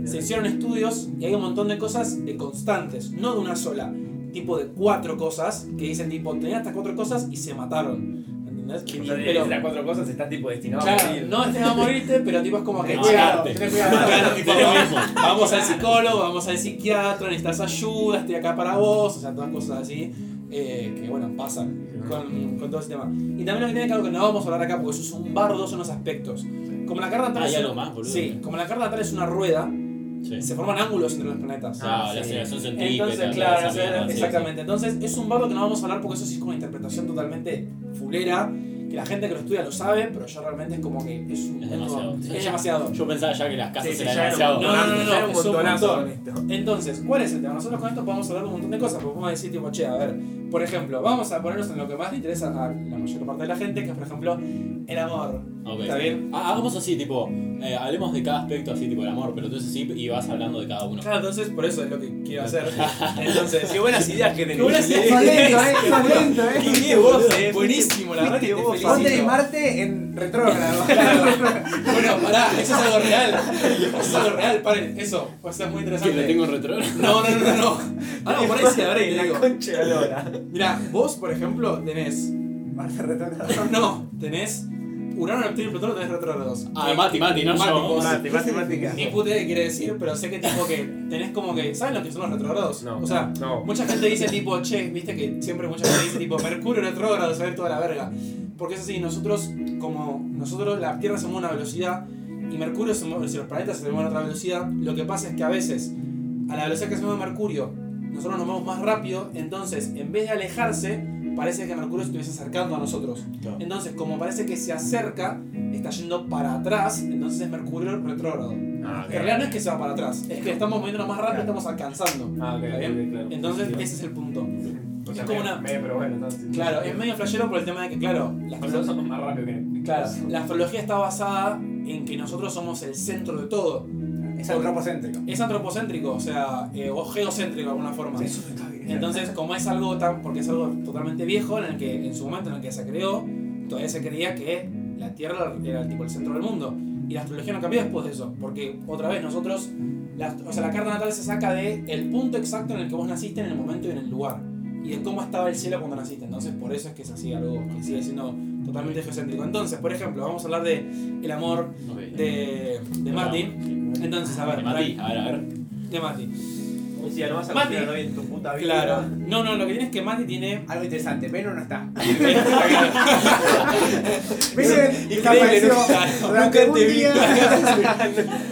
Speaker 1: se hicieron estudios y hay un montón de cosas de constantes, no de una sola, tipo de cuatro cosas que dicen tipo, tenía estas cuatro cosas y se mataron. ¿Entendés?
Speaker 2: Pero las cuatro cosas están tipo destinadas
Speaker 1: Claro,
Speaker 2: a morir.
Speaker 1: no este va a morirte, pero tipo es como que
Speaker 3: No,
Speaker 1: che,
Speaker 3: claro.
Speaker 5: Ten cuidado.
Speaker 1: claro, tipo,
Speaker 3: Es lo
Speaker 1: vamos-
Speaker 3: mismo.
Speaker 1: vamos al psicólogo, vamos al psiquiatra, necesitas ayuda, estoy acá para vos, o sea, todas cosas así eh, que bueno, pasan con, con todo ese tema. Y también lo que tiene que ver que no vamos a hablar acá porque eso es un bardo, son los aspectos. Como la carta natal
Speaker 3: Ah,
Speaker 1: es
Speaker 3: ya
Speaker 1: una-
Speaker 3: lo más, boludo.
Speaker 1: Sí, como la carta natal es una rueda,
Speaker 3: Sí.
Speaker 1: Se forman ángulos entre los planetas.
Speaker 3: Ah, la
Speaker 1: Sí.
Speaker 3: aceleración centrípeta.
Speaker 1: Entonces,
Speaker 3: toda
Speaker 1: claro,
Speaker 3: esa mierda, sí, sí.
Speaker 1: exactamente. Entonces, es un bardo que no vamos a hablar porque eso sí es como una interpretación totalmente fulera. Que la gente que lo estudia lo sabe, pero yo realmente es como que es, un-
Speaker 3: Es demasiado.
Speaker 1: Es demasiado.
Speaker 3: Yo pensaba ya que las casas
Speaker 5: Sí, sí,
Speaker 3: eran
Speaker 5: ya era un
Speaker 3: demasiado.
Speaker 1: No, no, no,
Speaker 5: montonazo, ya
Speaker 1: no,
Speaker 5: era un
Speaker 1: es un
Speaker 5: montonazo
Speaker 1: montón.
Speaker 5: con esto.
Speaker 1: Entonces, ¿cuál es el tema? Nosotros con esto podemos hablar de un montón de cosas, porque podemos decir, tipo, che, a ver, por ejemplo, vamos a ponernos en lo que más le interesa a la mayor parte de la gente, que es, por ejemplo, el amor.
Speaker 3: Ok.
Speaker 1: ¿Está bien?
Speaker 3: Ah, hagamos así, tipo, eh, hablemos de cada aspecto así, tipo el amor, pero tú es así y vas hablando de cada uno.
Speaker 1: Claro, Ah, entonces, por eso es lo que quiero hacer. Entonces,
Speaker 4: Qué buenas ideas que tenés.
Speaker 1: buenas ideas.
Speaker 5: Sos lento, eh, sos lento, eh.
Speaker 4: Qué bien vos, eh.
Speaker 1: buenísimo, la verdad que te
Speaker 4: Vos,
Speaker 1: felicito.
Speaker 5: Ponte de Marte en retrógrado.
Speaker 1: Bueno, pará, eso es algo real. Eso es algo real, paren, eso. Puede ser muy
Speaker 3: Que lo
Speaker 1: interesante.
Speaker 3: tengo en retro.
Speaker 1: No, no, no, no. no. Ah, no, por ahí sí, ahora y le digo.
Speaker 5: Concha de lora.
Speaker 1: Mirá, vos, por ejemplo, tenés.
Speaker 5: Marte retrógrado.
Speaker 1: No, tenés. Urano, Neptuno y Plutón tenés retrógrados.
Speaker 3: Ah,
Speaker 1: Que-
Speaker 3: Mati, Mati, no
Speaker 1: Mati,
Speaker 3: yo.
Speaker 1: vos.
Speaker 5: Mate, matemática.
Speaker 1: Ni puta idea qué quiere decir, pero sé que tipo que tenés como que. ¿Saben lo que son los retrógrados?
Speaker 2: No.
Speaker 1: O sea,
Speaker 2: No.
Speaker 1: mucha gente dice tipo, che, viste que siempre mucha gente dice tipo, Mercurio retrógrado, se ve toda la verga. Porque es así, nosotros, como nosotros, la Tierra se mueve a una velocidad y Mercurio se mueve, si los planetas se mueven a otra velocidad, lo que pasa es que a veces, a la velocidad que se mueve Mercurio, nosotros nos movemos más rápido, entonces en vez de alejarse, parece que Mercurio se estuviese acercando a nosotros.
Speaker 3: Claro.
Speaker 1: Entonces, como parece que se acerca, está yendo para atrás, entonces es Mercurio retrógrado.
Speaker 2: Ah,
Speaker 1: En realidad no es que se va para atrás, es que estamos moviéndonos más rápido, estamos alcanzando.
Speaker 2: Ah, ok,
Speaker 1: ¿Está
Speaker 2: ok,
Speaker 1: bien?
Speaker 2: claro.
Speaker 1: Entonces,
Speaker 2: Sí, sí.
Speaker 1: ese es el punto.
Speaker 2: O sea,
Speaker 1: es como
Speaker 2: medio-
Speaker 1: una-
Speaker 2: medio, pero bueno, entonces.
Speaker 1: Claro, es medio flashero por el tema de que, claro, la,
Speaker 2: O sea, son más rápido que.
Speaker 1: claro, la astrología está basada en que nosotros somos el centro de todo.
Speaker 5: Es antropocéntrico.
Speaker 1: Es antropocéntrico, o sea, eh, o geocéntrico de alguna forma. Entonces, como es algo tan, porque es algo totalmente viejo, en el que en su momento en el que se creó, todavía se creía que la Tierra era tipo el centro del mundo. Y la astrología no cambió después de eso, porque otra vez nosotros, la, o sea, la carta natal se saca de el punto exacto en el que vos naciste, en el momento y en el lugar. Y de cómo estaba el cielo cuando naciste. Entonces, por eso es que es así algo que sigue siendo totalmente geocéntrico. Entonces, por ejemplo, vamos a hablar de el amor
Speaker 3: Ok.
Speaker 1: de, de Martin.
Speaker 3: Sí.
Speaker 1: Entonces, a ver,
Speaker 3: De Mati, a ver, a ver.
Speaker 1: de Martin.
Speaker 4: O sea, no vas a
Speaker 1: Mati.
Speaker 4: confiar en tu puta vida.
Speaker 1: Claro. No, no, lo que tiene es que Mati tiene.
Speaker 5: Algo interesante, pero no está.
Speaker 1: Increíble, ¿no? Claro,
Speaker 5: Nunca te vi.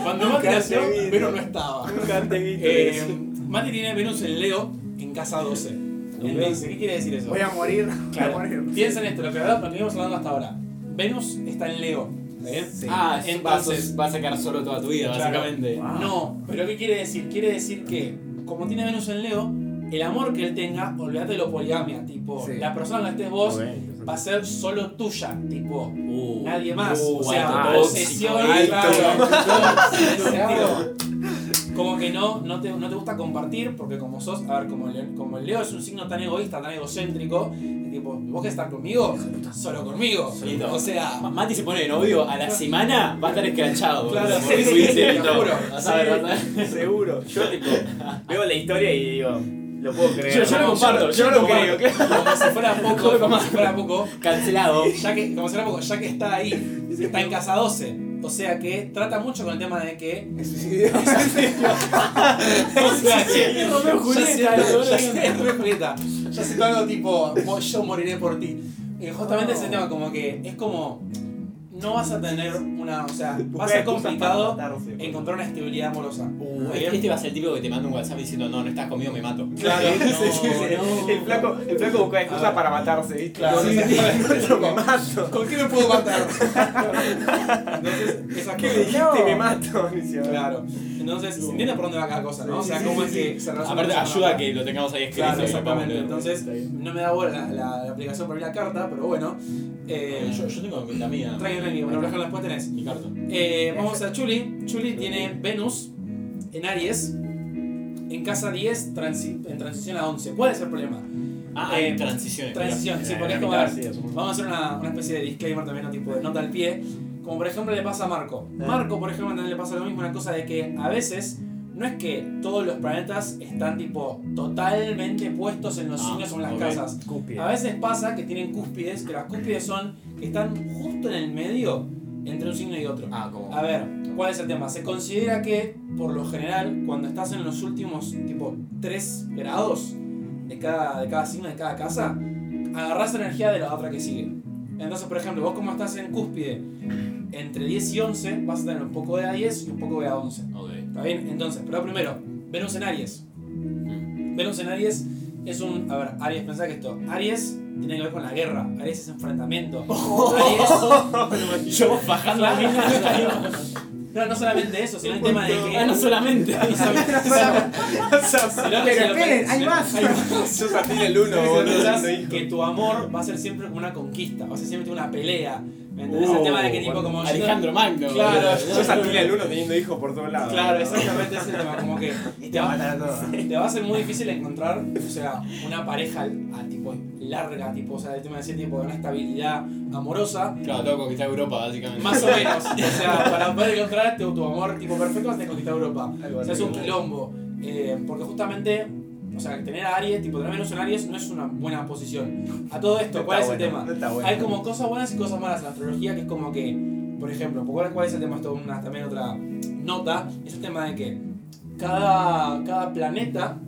Speaker 1: Cuando Mati nació, Venus no estaba.
Speaker 4: Nunca te vi.
Speaker 1: Eh, Mati tiene Venus en Leo en casa 12. Entonces, ¿qué quiere decir eso?
Speaker 5: Voy a morir. Voy a
Speaker 1: Claro.
Speaker 5: morir.
Speaker 1: Piensa en esto, lo que hablamos- lo que venimos hablando hasta ahora. Venus está en Leo. ¿está bien?
Speaker 5: Sí.
Speaker 3: Ah,
Speaker 1: Entonces-
Speaker 3: entonces vas a quedar solo toda tu vida,
Speaker 1: Claro.
Speaker 3: básicamente.
Speaker 5: Wow.
Speaker 1: No, pero ¿qué quiere decir? Quiere decir que, como tiene Venus en Leo, el amor que él tenga, olvídate de lo poligamia. Tipo,
Speaker 5: Sí.
Speaker 1: la persona con la que estés vos va a
Speaker 2: Vas
Speaker 1: ser solo tuya. Tipo,
Speaker 3: Uh,
Speaker 1: nadie más.
Speaker 3: uh,
Speaker 1: o sea,
Speaker 3: alto
Speaker 1: posesión,
Speaker 3: tóxico,
Speaker 1: claro,
Speaker 3: alto.
Speaker 1: claro. Como que no, no, te, no te gusta compartir, porque como sos, a ver, como el, como el Leo es un signo tan egoísta, tan egocéntrico, es tipo, vos que estar conmigo, solo conmigo.
Speaker 3: Solito.
Speaker 1: O sea,
Speaker 3: Ma- Mati se pone de novio, a la semana va a estar escrachado.
Speaker 1: Claro,
Speaker 3: boludo,
Speaker 1: sí,
Speaker 3: por
Speaker 1: sí,
Speaker 3: subirse,
Speaker 1: sí, te
Speaker 3: no.
Speaker 1: juro.
Speaker 3: Vas a ver, vas a ver.
Speaker 4: Seguro. Yo tipo, veo la historia y digo, lo puedo creer.
Speaker 3: Yo, yo lo comparto, yo, lo comparto.
Speaker 1: como si fuera poco, como si fuera poco,
Speaker 3: Cancelado.
Speaker 1: ya que, como si fuera poco, ya que está ahí, está en casa 12. O sea que trata mucho con el tema de que.
Speaker 5: Me suicidio.
Speaker 1: O sea que.
Speaker 3: Romeo y Julieta,
Speaker 1: Ya
Speaker 3: boludo.
Speaker 1: sé, Romeo y Julieta. Ya sé algo tipo, "Mo- yo moriré por ti. Eh, justamente ese tema, como que es como. No vas a tener una. O sea, va a ser complicado encontrar una estabilidad amorosa.
Speaker 3: Uh, este va a ser el tipo que te manda un WhatsApp diciendo, no, no estás conmigo, me mato.
Speaker 1: Claro,
Speaker 4: Sí, sí, sí. El flaco, el flaco busca
Speaker 1: A
Speaker 4: excusas
Speaker 1: ver.
Speaker 4: para matarse, ¿viste?
Speaker 1: Ah. Claro,
Speaker 4: Sí,
Speaker 1: sí,
Speaker 4: sí.
Speaker 1: sí.
Speaker 4: Yo me mato.
Speaker 1: ¿Con qué me puedo matar? Entonces, esa
Speaker 4: ¿Qué le dijiste?
Speaker 1: No.
Speaker 4: Me mato. Dice,
Speaker 1: Claro. Entonces, se entiende por dónde va cada cosa, ¿no? O sea, cómo es que se relaciona.
Speaker 3: Aparte,
Speaker 1: con la
Speaker 3: ayuda
Speaker 1: otra.
Speaker 3: que lo tengamos ahí escrito.
Speaker 1: Claro,
Speaker 3: y lo podamos
Speaker 1: exactamente.
Speaker 3: leer.
Speaker 1: Entonces, no me da bola la, la- la aplicación para abrir la carta, pero bueno. Eh,
Speaker 3: Eh, yo, yo tengo la mía.
Speaker 1: Tranqui, tranqui, bueno, Blanca, después tenés.
Speaker 3: Mi carta.
Speaker 1: Eh, vamos a Chuli. Chuli tiene Venus en Aries, en casa 10, transi- en transición a 11. ¿Cuál es el problema?
Speaker 3: Ah,
Speaker 1: Eh,
Speaker 3: hay transiciones.
Speaker 1: Transición, sí, porque es como. Vamos a hacer una, una especie de disclaimer también, ¿no? tipo de nota al pie. Como por ejemplo le pasa a Marco.
Speaker 3: Eh.
Speaker 1: Marco, por ejemplo, también le pasa lo mismo, una cosa de que a veces no es que todos los planetas están tipo totalmente puestos en los
Speaker 3: Ah,
Speaker 1: signos o en las
Speaker 3: ok.
Speaker 1: casas. A veces pasa que tienen cúspides, que las cúspides son que están justo en el medio entre un signo y otro.
Speaker 3: Ah, como.
Speaker 1: A ver, ¿cuál es el tema? Se considera que, por lo general, cuando estás en los últimos, tipo, 3 grados de cada, de cada signo, de cada casa, agarrás energía de la otra que sigue. Entonces, por ejemplo, vos como estás en cúspide, entre 10 y 11, vas a tener un poco de A10 y un poco de A11.
Speaker 3: Ok.
Speaker 1: ¿Está bien? Entonces, pero primero, Venus en Aries. Venus en Aries es un. A ver, Aries, pensá que esto. Aries tiene que ver con la guerra. Aries es enfrentamiento. Aries. Yo bajando la misma. No, no solamente eso, sino el tema de que.
Speaker 3: Ah, no solamente.
Speaker 1: sino que
Speaker 5: Pero
Speaker 1: si lo-
Speaker 5: esperen, hay
Speaker 1: si-
Speaker 5: más.
Speaker 1: hay más.
Speaker 7: Sos a ti el uno,
Speaker 1: Si
Speaker 7: boludo.
Speaker 1: pensás que tu amor va a ser siempre como una conquista, va a ser siempre una pelea. ¿Me entendés? el
Speaker 2: Uh,
Speaker 1: tema de que tipo como.
Speaker 3: Alejandro Magno.
Speaker 1: Claro,
Speaker 3: boludo.
Speaker 7: Sos a ti el uno teniendo hijos por todos lados.
Speaker 1: Claro,
Speaker 7: boludo.
Speaker 1: exactamente ese tema. Como que te va, te va a ser muy difícil encontrar, o sea, una pareja a tipo larga, tipo, o sea, el tema de decir tipo de una estabilidad amorosa.
Speaker 3: Claro, tengo que conquistar Europa, básicamente.
Speaker 1: Más o menos. O sea, para poder encontrar tu, tu amor tipo perfecto vas a tener que conquistar Europa. O sea, es un quilombo. Eh, porque justamente, o sea, tener a Aries, tipo tener a Venus en Aries no es una buena posición. A todo esto,
Speaker 7: No
Speaker 1: ¿cuál
Speaker 7: está
Speaker 1: es el
Speaker 7: bueno,
Speaker 1: tema?
Speaker 7: No está bueno.
Speaker 1: Hay como cosas buenas y cosas malas en la astrología, que es como que, por ejemplo, ¿cuál, cuál es el tema? Esto es una, también otra nota, es el tema de que cada, cada planeta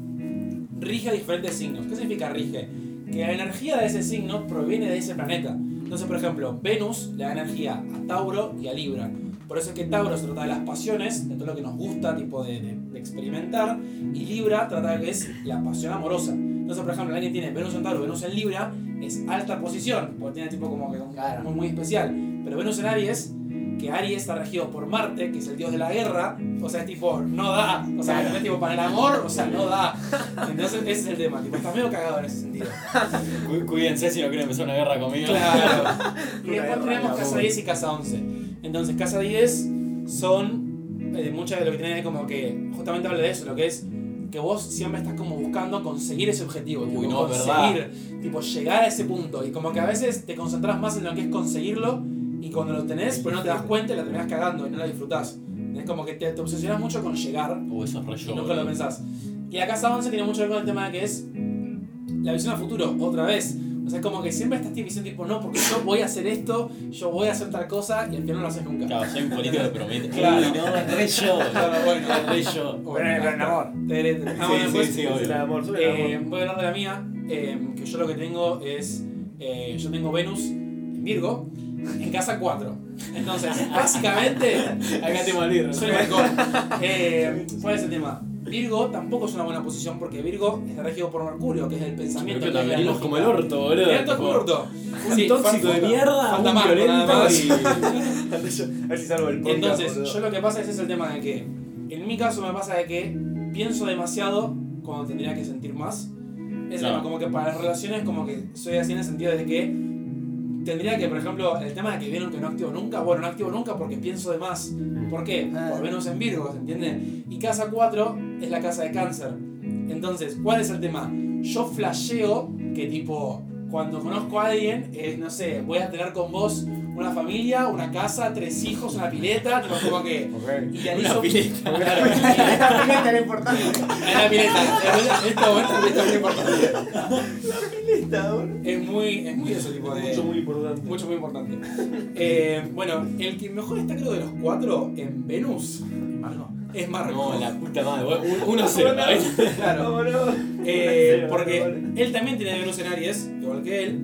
Speaker 1: rige diferentes signos. ¿Qué significa rige? Que la energía de ese signo proviene de ese planeta. Entonces, por ejemplo, Venus le da energía a Tauro y a Libra. Por eso es que Tauro se trata de las pasiones, de todo lo que nos gusta, tipo de, de- de experimentar, y Libra trata de lo que es la pasión amorosa. Entonces, por ejemplo, alguien tiene Venus en Tauro, Venus en Libra, es alta posición, porque tiene tipo como que un
Speaker 6: Claro.
Speaker 1: muy, muy especial. Pero Venus en Aries, que Aries está regido por Marte, que es el dios de la guerra, o sea, es tipo, no da, o sea, es tipo para el amor, o sea, no da. Entonces, ese es el tema, tipo, estás medio cagado en ese sentido.
Speaker 3: Cu- Cuídense si no quieren empezar una guerra conmigo.
Speaker 1: Claro. y
Speaker 7: Una guerra
Speaker 1: después tenemos
Speaker 7: de
Speaker 1: casa
Speaker 7: amor.
Speaker 1: 10 y casa 11. Entonces, casa 10 son eh, muchas de lo que tienen como que, justamente habla de eso, lo que es que vos siempre estás como buscando conseguir ese objetivo,
Speaker 3: Uy,
Speaker 1: tipo,
Speaker 3: no, es
Speaker 1: conseguir, tipo llegar a ese punto. Y como que a veces te concentras más en lo que es conseguirlo y cuando lo tenés, pero no te das cuenta y la terminás cagando y no la disfrutás. Es como que te, te obsesionas mucho con llegar
Speaker 3: Uh, eso es re yo,
Speaker 1: y nunca
Speaker 3: boludo.
Speaker 1: lo pensás. Y la casa 11 tiene mucho que ver con el tema que es la visión a futuro, otra vez. O sea, es como que siempre estás diciendo, tipo, no, porque yo voy a hacer esto, yo voy a hacer tal cosa, y al final no lo haces nunca.
Speaker 3: Claro, soy un político de promete.
Speaker 1: Claro.
Speaker 3: Uy, no, es re yo.
Speaker 1: Claro, bueno.
Speaker 3: Es re yo.
Speaker 1: Bueno,
Speaker 5: Pero en el amor.
Speaker 1: Tere, tere. Ah, bueno,
Speaker 3: Sí,
Speaker 1: pues,
Speaker 3: sí, sí,
Speaker 7: Es el
Speaker 3: obvio.
Speaker 7: amor, solo el amor.
Speaker 1: eh, voy a hablar de la mía, eh, que yo lo que tengo es, eh, yo tengo Venus en Virgo, en casa 4. Entonces, básicamente,
Speaker 3: Acá te morir.
Speaker 1: Soy maricón. Eh, ¿Cuál es el tema? Virgo tampoco es una buena posición porque Virgo está regido por Mercurio, que es el pensamiento. que
Speaker 3: Pero
Speaker 1: es la
Speaker 3: también es
Speaker 1: lógica.
Speaker 3: como el orto, boludo.
Speaker 1: Directo
Speaker 3: Tipo,
Speaker 1: como el orto.
Speaker 3: Un
Speaker 1: Sí,
Speaker 3: tóxico de
Speaker 1: falta-
Speaker 3: mierda,
Speaker 1: falta Marco,
Speaker 3: un
Speaker 1: nada
Speaker 3: violento
Speaker 1: más.
Speaker 3: y...
Speaker 7: A ver si salvo el podcast.
Speaker 1: Entonces,
Speaker 7: boludo.
Speaker 1: yo lo que pasa es ese es el tema de que, en mi caso me pasa de que pienso demasiado cuando tendría que sentir más. Es
Speaker 3: Claro.
Speaker 1: tema, como que para las relaciones como que soy así en el sentido de que tendría que, por ejemplo, el tema de que vieron que no activo nunca, bueno, no activo nunca porque pienso de más. ¿Por qué?
Speaker 6: Ah.
Speaker 1: Por Venus en Virgo, ¿se entiende? Y casa 4 es la casa de cáncer. Entonces, ¿cuál es el tema? Yo flasheo que tipo, cuando conozco a alguien, eh, no sé, voy a tener con vos una familia, una casa, tres hijos, una pileta, tipo, como que
Speaker 7: Ok.
Speaker 1: idealizo...
Speaker 3: Una pileta.
Speaker 1: Claro,
Speaker 5: Esta pileta era importante.
Speaker 1: una pileta. En este momento, la pileta es muy importante.
Speaker 7: Está, boludo.
Speaker 1: Es muy, es muy eso, tipo de...
Speaker 7: Mucho muy importante.
Speaker 1: Mucho, muy importante. Eh, bueno, el que mejor está creo de los cuatro en Venus es Marco.
Speaker 3: No, la puta madre. boludo. Un- 1-0, la vez.
Speaker 1: Claro.
Speaker 7: boludo.
Speaker 1: Eh,
Speaker 7: Cero,
Speaker 1: porque
Speaker 7: boludo.
Speaker 1: él también tiene Venus en Aries, igual que él,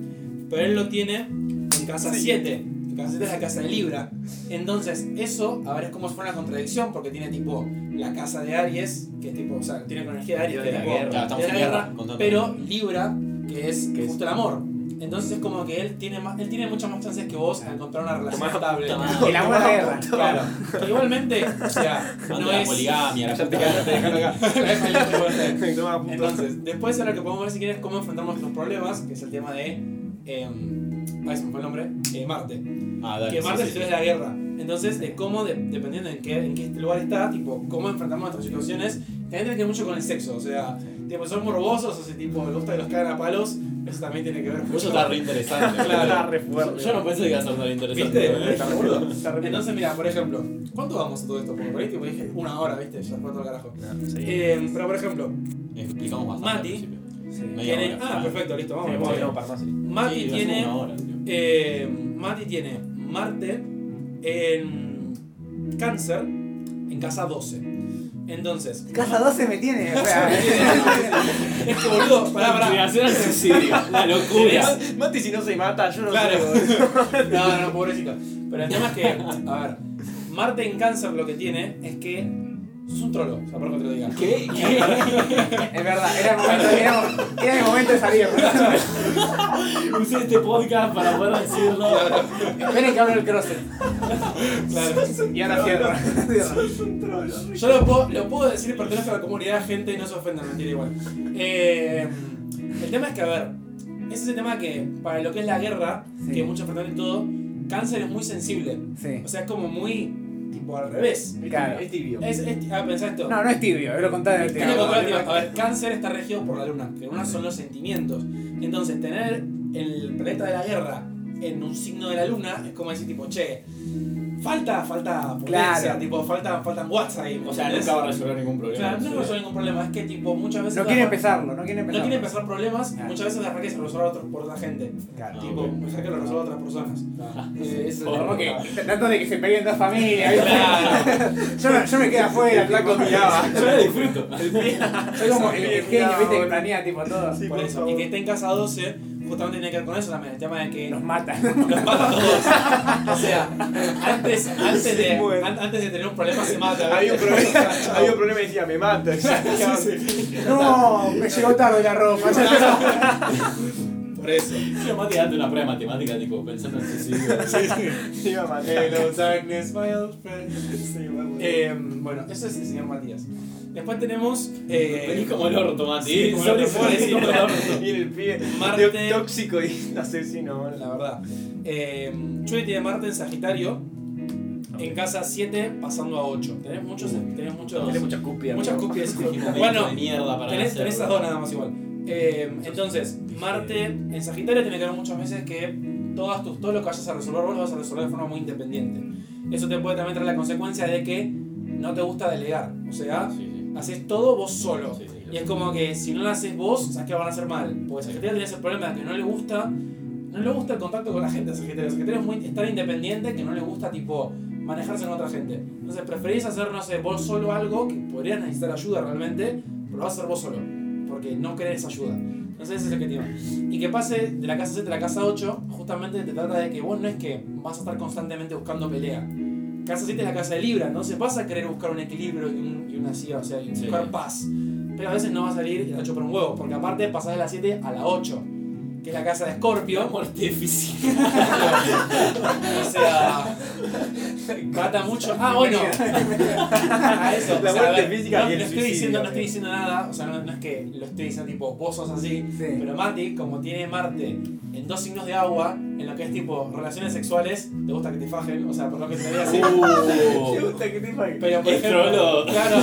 Speaker 1: pero él lo tiene en casa 7. Casa 7 es la casa de Libra. Entonces, eso, a ver, es como si fuera una contradicción, porque tiene tipo la casa de Aries, que es tipo, o sea, tiene con energía de Aries, que
Speaker 7: De la
Speaker 1: tipo,
Speaker 7: guerra.
Speaker 1: de
Speaker 3: Claro, estamos
Speaker 1: la
Speaker 3: en guerra,
Speaker 1: guerra,
Speaker 3: contando.
Speaker 1: pero Libra, que es
Speaker 7: Que es-
Speaker 1: justo el amor. Entonces es como que él tiene más, él tiene muchas más chances que vos a encontrar una relación
Speaker 7: Tomás,
Speaker 1: estable.
Speaker 3: Tomás.
Speaker 5: El amor a la guerra.
Speaker 1: Claro. Que igualmente, o sea, no
Speaker 3: la
Speaker 1: es.
Speaker 3: poligamia, la
Speaker 7: Ya te
Speaker 3: puta
Speaker 7: quedaste
Speaker 3: madre.
Speaker 7: dejando acá. Toma punto.
Speaker 1: Entonces, después ahora que podemos ver si quieres cómo enfrentar nuestros problemas, que es el tema de. Eh, ay, se me fue el nombre. eh, Marte.
Speaker 3: Ah, dale.
Speaker 1: que
Speaker 3: sí,
Speaker 1: Marte es el dios
Speaker 3: sí, sí.
Speaker 1: de la guerra. Entonces, de cómo, de- dependiendo en qué, en qué lugar está, tipo, cómo enfrentamos nuestras situaciones, también tiene que ver mucho con el sexo. O sea, tipo, son morbosos, o sea, tipo, me gusta que los cagan a palos, eso también tiene que ver mucho.
Speaker 3: Eso está re interesante.
Speaker 1: Claro.
Speaker 7: Está re fuerte.
Speaker 3: Yo no pensé que iba a ser tan interesante.
Speaker 1: ¿Viste?
Speaker 3: boludo.
Speaker 7: Está re boludo. Está re
Speaker 1: Entonces, mira, por ejemplo, ¿cuánto vamos a todo esto? Porque por ahí, tipo, dije una hora, ¿viste? Ya fue todo el carajo. Eh, pero, por ejemplo,
Speaker 3: Explicamos bastante.
Speaker 1: Mati
Speaker 3: al principio. Media
Speaker 1: tiene.
Speaker 3: hora.
Speaker 1: Ah, perfecto, listo, vamos. vamos.
Speaker 7: No, para más.
Speaker 1: Mati
Speaker 3: Sí, lo hacemos
Speaker 1: tiene.
Speaker 3: una hora, tío.
Speaker 1: Eh, Mati tiene Marte en Cáncer en casa 12. Entonces,
Speaker 5: Casa 12 me tiene. o sea,
Speaker 1: es que boludo, pará, pará.
Speaker 3: Inclinación al suicidio. La locura.
Speaker 7: Mati, si no se mata, yo no
Speaker 1: Claro.
Speaker 7: sé.
Speaker 1: No, no, pobrecito. Pero el tema es que, a ver, Marte en Cáncer lo que tiene es que Sos un trolo, o sea, por que te lo diga.
Speaker 3: ¿Qué? ¿Qué?
Speaker 5: Es verdad, era el momento, era, era el momento de salir.
Speaker 3: Usé este podcast para poder decirlo.
Speaker 6: Esperen que abro el crosser.
Speaker 1: Claro.
Speaker 7: Y ahora cierra.
Speaker 1: Yo lo puedo, lo puedo decir pertenezco a la comunidad, gente, y no se ofendan, mentira igual. Eh, el tema es que, a ver, es ese tema que para lo que es la guerra,
Speaker 5: Sí.
Speaker 1: que muchos pertenecen y todo, cáncer es muy sensible.
Speaker 5: Sí.
Speaker 1: O sea, es como muy tipo al revés.
Speaker 5: Claro.
Speaker 7: Es tibio.
Speaker 1: Es, es- ah, pensá esto.
Speaker 5: No, no es tibio, lo contaba en el
Speaker 1: Tiene
Speaker 5: tema.
Speaker 1: comparativa. A ver, cáncer está regido por la luna, que la luna son los sentimientos. Entonces, tener el planeta de la guerra en un signo de la luna es como decir, tipo, che, falta, falta potencia,
Speaker 5: Claro.
Speaker 1: tipo, falta, faltan watts ahí.
Speaker 3: O sea,
Speaker 1: ¿entendés?
Speaker 3: nunca va a resolver ningún problema.
Speaker 1: Claro, no resuelve ningún problema, es que tipo muchas veces.
Speaker 5: No quiere
Speaker 1: empezar
Speaker 5: empezarlo, no quiere
Speaker 1: no
Speaker 5: empezarlo.
Speaker 1: quiere empezar problemas,
Speaker 5: Claro.
Speaker 1: muchas veces dejar que se resuelva otro- por la gente.
Speaker 3: Ah,
Speaker 5: Claro.
Speaker 1: tipo, dejar que lo resuelva otras personas. Eh, ese es el
Speaker 3: Por
Speaker 1: tema.
Speaker 3: lo que-
Speaker 5: Tanto de que se peleen dos familias, ¿viste?
Speaker 1: Claro.
Speaker 5: Yo, me- yo me quedo afuera.
Speaker 7: El flaco
Speaker 5: tipo.
Speaker 7: miraba.
Speaker 3: Yo lo disfruto.
Speaker 5: Soy como el, el genio, viste, que planea tipo todo.
Speaker 1: por eso. Y que esté en casa 12, justamente tiene que ver con eso también. El tema de que
Speaker 5: Nos mata.
Speaker 1: los mata a todos. O sea, antes, antes, de, an- antes de tener un problema se mata.
Speaker 7: Había un problema, había un problema y decía, me mata.
Speaker 5: No, me llegó tarde la ropa.
Speaker 1: Por eso.
Speaker 3: Yo Mati date una prueba de matemática, tipo, pensando en suicidio.
Speaker 7: Iba a matar.
Speaker 1: Hello, darkness, my old friend. Eh, bueno, eso es el señor Matías. Después tenemos. eh,
Speaker 3: Venís como el orto, Mati.
Speaker 1: Sí, como el orto,
Speaker 3: Sorry, sorry,
Speaker 1: sí.
Speaker 3: como el orto.
Speaker 7: Y el pibe
Speaker 1: Marte.
Speaker 7: tóxico y asesino. bueno.
Speaker 1: la verdad. Eh, Chuy tiene Marte en Sagitario. En casa 7 pasando a 8. Tenés muchos. Tenés muchos.
Speaker 4: Tiene mucha copia.
Speaker 1: muchas copias.
Speaker 3: Qué momento
Speaker 1: bueno,
Speaker 3: de mierda para
Speaker 1: tenés,
Speaker 3: hacer.
Speaker 1: tenés esas dos nada más igual. Eh, entonces, Marte en Sagitario tiene que ver muchas veces que todas tus, todo lo que vayas a resolver vos lo vas a resolver de forma muy independiente. Eso te puede también traer la consecuencia de que no te gusta delegar. O sea,
Speaker 3: Sí, sí.
Speaker 1: haces todo vos solo.
Speaker 3: Sí, sí,
Speaker 1: Y es como que si no lo haces vos, sabes que lo van a hacer mal. Porque Sagitario tiene ese problema de que no le gusta. No le gusta el contacto con la gente a Sagitario. Sagitario es muy es tan independiente que no le gusta tipo manejarse con otra gente. Entonces preferís hacer, no sé, vos solo algo que podrías necesitar ayuda realmente, pero lo vas a hacer vos solo. Porque no querés ayuda. Entonces ese es el que tiene. Y que pase de la casa 7 a la casa 8, justamente te trata de que vos no es que vas a estar constantemente buscando pelea. Casa 7 es la casa de Libra, entonces vas a querer buscar un equilibrio y, un- y una silla, o sea, y
Speaker 3: Sí.
Speaker 1: buscar paz. Pero a veces no va a salir el 8 por un huevo, porque aparte pasás de la 7 a la 8, que es la casa de Escorpio. Muerte física. o sea, mata mucho. Ah, bueno, a eso.
Speaker 7: La
Speaker 1: o sea, a
Speaker 7: muerte
Speaker 1: ver,
Speaker 7: física
Speaker 1: no,
Speaker 7: y el
Speaker 1: no estoy
Speaker 7: suicidio,
Speaker 1: diciendo, no
Speaker 7: eh.
Speaker 1: estoy diciendo nada, o sea, no, no es que lo estoy diciendo tipo, vos sos así,
Speaker 5: Sí.
Speaker 1: pero Mati, como tiene Marte en dos signos de agua, en lo que es tipo relaciones sexuales, te gusta que te fajen, o sea, por lo que se ve así.
Speaker 7: Me
Speaker 3: Uh.
Speaker 7: gusta que te faje.
Speaker 1: Pero por
Speaker 3: Es
Speaker 1: ejemplo,
Speaker 3: trolo.
Speaker 1: claro,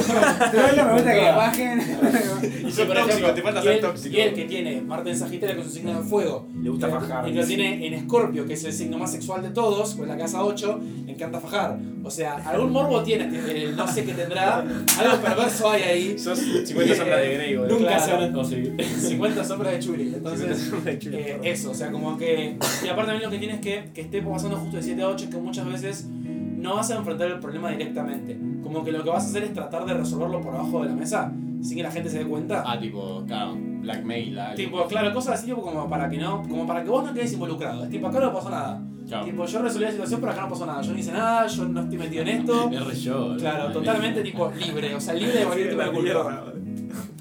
Speaker 5: Pero no me gusta que bajen.
Speaker 7: Y
Speaker 1: Sí,
Speaker 7: sos
Speaker 1: por
Speaker 7: tóxico,
Speaker 1: ejemplo,
Speaker 7: te falta
Speaker 1: y
Speaker 7: ser
Speaker 1: él-
Speaker 7: tóxico.
Speaker 1: Y el que tiene Marte en Sagitario con su signo de fuego.
Speaker 4: Le gusta fajar.
Speaker 1: Y que lo tiene en Escorpio, que es el signo más sexual de todos, pues la casa 8, le encanta fajar. O sea, algún morbo tiene, tiene el no sé qué tendrá, algo perverso hay ahí.
Speaker 7: Sos 50 sombras de Grey, boludo.
Speaker 1: Claro.
Speaker 3: Nunca se van a conseguir.
Speaker 1: 50 sombras de Churi. Entonces,
Speaker 7: 50 sombras de Grey,
Speaker 1: eh,
Speaker 7: perdón.
Speaker 1: eso, o sea, como que. Y aparte también lo que tienes que, que esté pasando justo de 7 a 8 es que muchas veces no vas a enfrentar el problema directamente. Como que lo que vas a hacer es tratar de resolverlo por abajo de la mesa, sin que la gente se dé cuenta.
Speaker 3: Ah, tipo, claro, blackmail. algo.
Speaker 1: Tipo, claro, cosas así tipo como para que no, como para que vos no quedes involucrado. Es tipo, acá no pasó nada.
Speaker 3: Chao.
Speaker 1: Tipo, yo resolví la situación, pero acá no pasó nada. Yo no hice nada, yo no estoy metido en esto.
Speaker 3: Me re yo.
Speaker 1: Claro,
Speaker 3: ¿no?
Speaker 1: totalmente tipo libre, o sea, libre de cualquier tipo de culpa.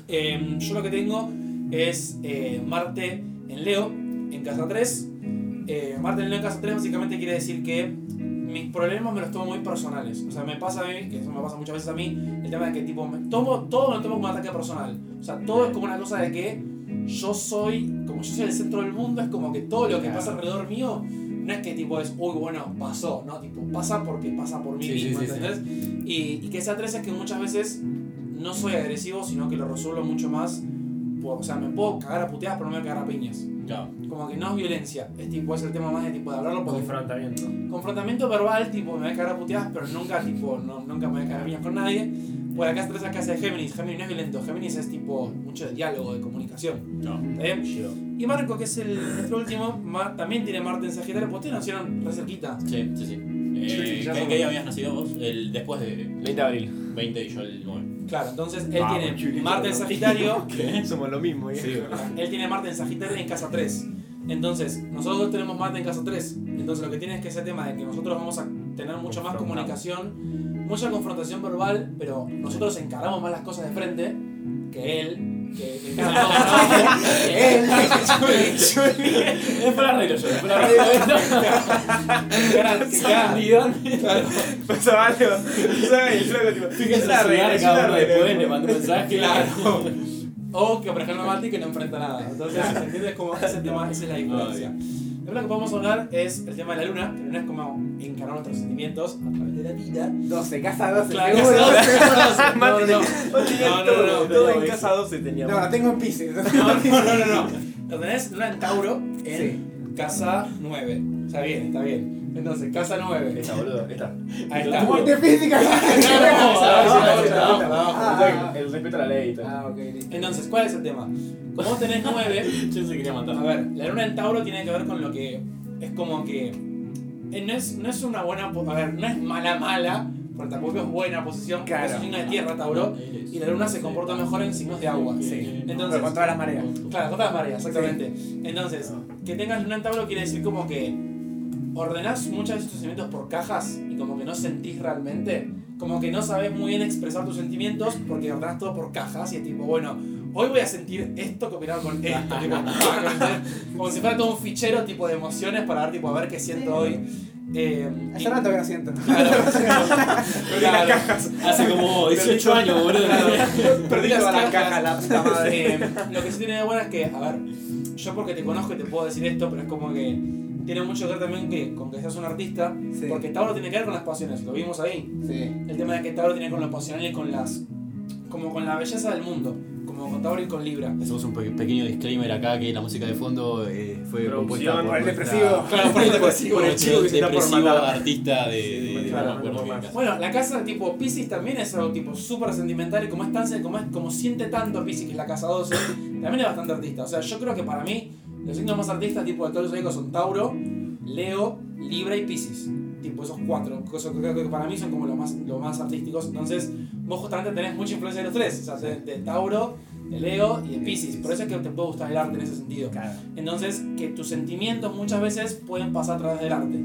Speaker 1: Eh, yo lo que tengo es eh, Marte en Leo, en casa 3. Eh, Marte en Leo en casa 3 básicamente quiere decir que mis problemas me los tomo muy personales. O sea, me pasa a mí, que eso me pasa muchas veces a mí, el tema de que tipo, me tomo, todo me lo tomo como un ataque personal. O sea, todo es como una cosa de que yo soy, como yo soy el centro del mundo, es como que todo lo que pasa alrededor mío no es que tipo es, uy, bueno, pasó, no, tipo, pasa porque pasa por mí
Speaker 3: Sí, sí,
Speaker 1: mismo,
Speaker 3: sí, sí.
Speaker 1: ¿entendés? Y, y que esa 3 es que muchas veces no soy agresivo, sino que lo resuelvo mucho más. por- o sea, me puedo cagar a puteadas, pero no me voy a cagar a piñas.
Speaker 3: Chao.
Speaker 1: Como que no es violencia, es tipo, es el tema más de tipo de hablarlo porque
Speaker 4: Confrontamiento.
Speaker 1: confrontamiento verbal, tipo, me voy a cagar a puteadas, pero nunca, tipo, no, nunca me voy a cagar a piñas con nadie. Por acá está esa casa de Géminis. Géminis no es violento, Géminis es tipo mucho de diálogo, de comunicación.
Speaker 3: Chao.
Speaker 1: ¿Está bien? Y Marco, que es el, el último, Ma- también tiene Marte en Sagitario, pues ustedes nacieron re cerquita.
Speaker 3: Sí, sí, sí. Eh,
Speaker 7: ya
Speaker 3: ¿qué,
Speaker 7: no-
Speaker 3: qué día habías nacido vos? El, después de
Speaker 7: 20 de abril.
Speaker 3: 20 y yo el 9.
Speaker 1: Claro, entonces él
Speaker 7: Vamos,
Speaker 1: tiene
Speaker 7: chulito,
Speaker 1: Marte en
Speaker 7: ¿no?
Speaker 1: Sagitario,
Speaker 3: ¿Qué?
Speaker 7: Somos lo mismo, viejo.
Speaker 3: Sí,
Speaker 1: él tiene Marte en Sagitario en casa 3. Entonces, nosotros dos tenemos Marte en casa 3. Entonces, lo que tiene es que ese tema de que nosotros vamos a tener mucho más comunicación, mucha confrontación verbal, pero nosotros encaramos más las cosas de frente que él. Que, que encara todo para abajo, que él.
Speaker 3: Es para arreglo yo, es para arreglo
Speaker 1: Encara- que encara- claro.
Speaker 7: Pasa algo. ¿Sabes? El loco, tipo.
Speaker 3: Fíjense
Speaker 7: "Yo la arreglo,
Speaker 3: en
Speaker 7: yo
Speaker 3: su
Speaker 7: la
Speaker 3: cada uno
Speaker 7: arreglo".
Speaker 3: después, le mandó un mensaje.
Speaker 1: Claro. O que por ejemplo Mati que no enfrenta nada. Entonces, ¿entiendes cómo ese tema? Esa es la diferencia. El tema que podemos hablar es el tema de la luna. La luna es como encarar nuestros sentimientos a través de la vida.
Speaker 6: 12, casa 12,
Speaker 1: Claro,
Speaker 6: seguro.
Speaker 1: no, no, no, no.
Speaker 7: Vos tenías
Speaker 1: No, no,
Speaker 7: todo,
Speaker 1: no,
Speaker 7: todo
Speaker 1: no,
Speaker 7: en
Speaker 1: eso.
Speaker 7: casa 12 teníamos.
Speaker 5: No, la tengo en Pisces.
Speaker 1: No, no, no, no, no. Lo tenés luna en Tauro
Speaker 6: Sí.
Speaker 1: en casa 9. Está bien, está bien. Entonces, casa 9.
Speaker 2: Esta, boludo, esta.
Speaker 1: Ahí está.
Speaker 5: Muerte física.
Speaker 6: Ah,
Speaker 2: El respeto a la ley y todo.
Speaker 6: ah, ok, listo.
Speaker 1: Entonces, ¿cuál es el tema? Como vos tenés 9,
Speaker 3: Yo se quería matar.
Speaker 1: A ver, la luna en Tauro tiene que ver con lo que es como que eh, no es, no es una buena, po- a ver, no es mala mala, pero tampoco es buena posición, porque es un signo de tierra Tauro y la luna se comporta mejor en signos de agua.
Speaker 3: Sí.
Speaker 1: Entonces,
Speaker 5: Pero con todas las mareas.
Speaker 1: Claro, con todas las mareas, exactamente. Entonces, que tengas luna en Tauro quiere decir como que ordenás muchas veces tus sentimientos por cajas y como que no sentís realmente, como que no sabes muy bien expresar tus sentimientos porque ordenás todo por cajas y es tipo, bueno, hoy voy a sentir esto combinado con esto, tipo, como si fuera todo un fichero tipo de emociones para ver tipo a ver qué siento hoy. Eh,
Speaker 5: Hace rato que no siento.
Speaker 1: y- claro.
Speaker 3: Hace como 18 años, boludo.
Speaker 1: Perdí las
Speaker 5: todas las
Speaker 1: cajas,
Speaker 5: cajas, la puta madre.
Speaker 1: Eh, lo que sí tiene de bueno es que, a ver, yo porque te conozco y te puedo decir esto, pero es como que tiene mucho que ver también que, con que seas un artista,
Speaker 6: Sí.
Speaker 1: porque Tauro tiene que ver con las pasiones, lo vimos ahí.
Speaker 6: Sí.
Speaker 1: El tema de que Tauro tiene con lo pasional y con las. como con la belleza del mundo, como con Tauro y con Libra.
Speaker 3: Hacemos un pe- pequeño disclaimer acá que la música de fondo eh, fue
Speaker 7: Producción,
Speaker 3: compuesta por
Speaker 7: por el
Speaker 3: nuestra-
Speaker 5: depresivo.
Speaker 1: Claro, por el depresivo.
Speaker 3: por el
Speaker 7: chico que se está por
Speaker 3: depresivo
Speaker 7: matar.
Speaker 3: artista de, de-
Speaker 7: Sí,
Speaker 3: no
Speaker 7: claro,
Speaker 3: me acuerdo
Speaker 7: no
Speaker 3: bien
Speaker 7: más.
Speaker 3: qué hace.
Speaker 1: Bueno, la casa tipo Pisces también es algo tipo súper sentimental y como es tan como, es- como siente tanto Pisces que es la casa 12, también es bastante artista. O sea, yo creo que para mí los signos más artistas tipo de todos los zodíacos son Tauro, Leo, Libra y Pisces. Tipo esos cuatro, cosas que creo que para mí son como los más, los más artísticos. Entonces, vos justamente tenés mucha influencia de los tres, o sea, de, de Tauro, de Leo y de Pisces. Por eso es que te puede gustar el arte en ese sentido. Entonces, que tus sentimientos muchas veces pueden pasar a través del arte.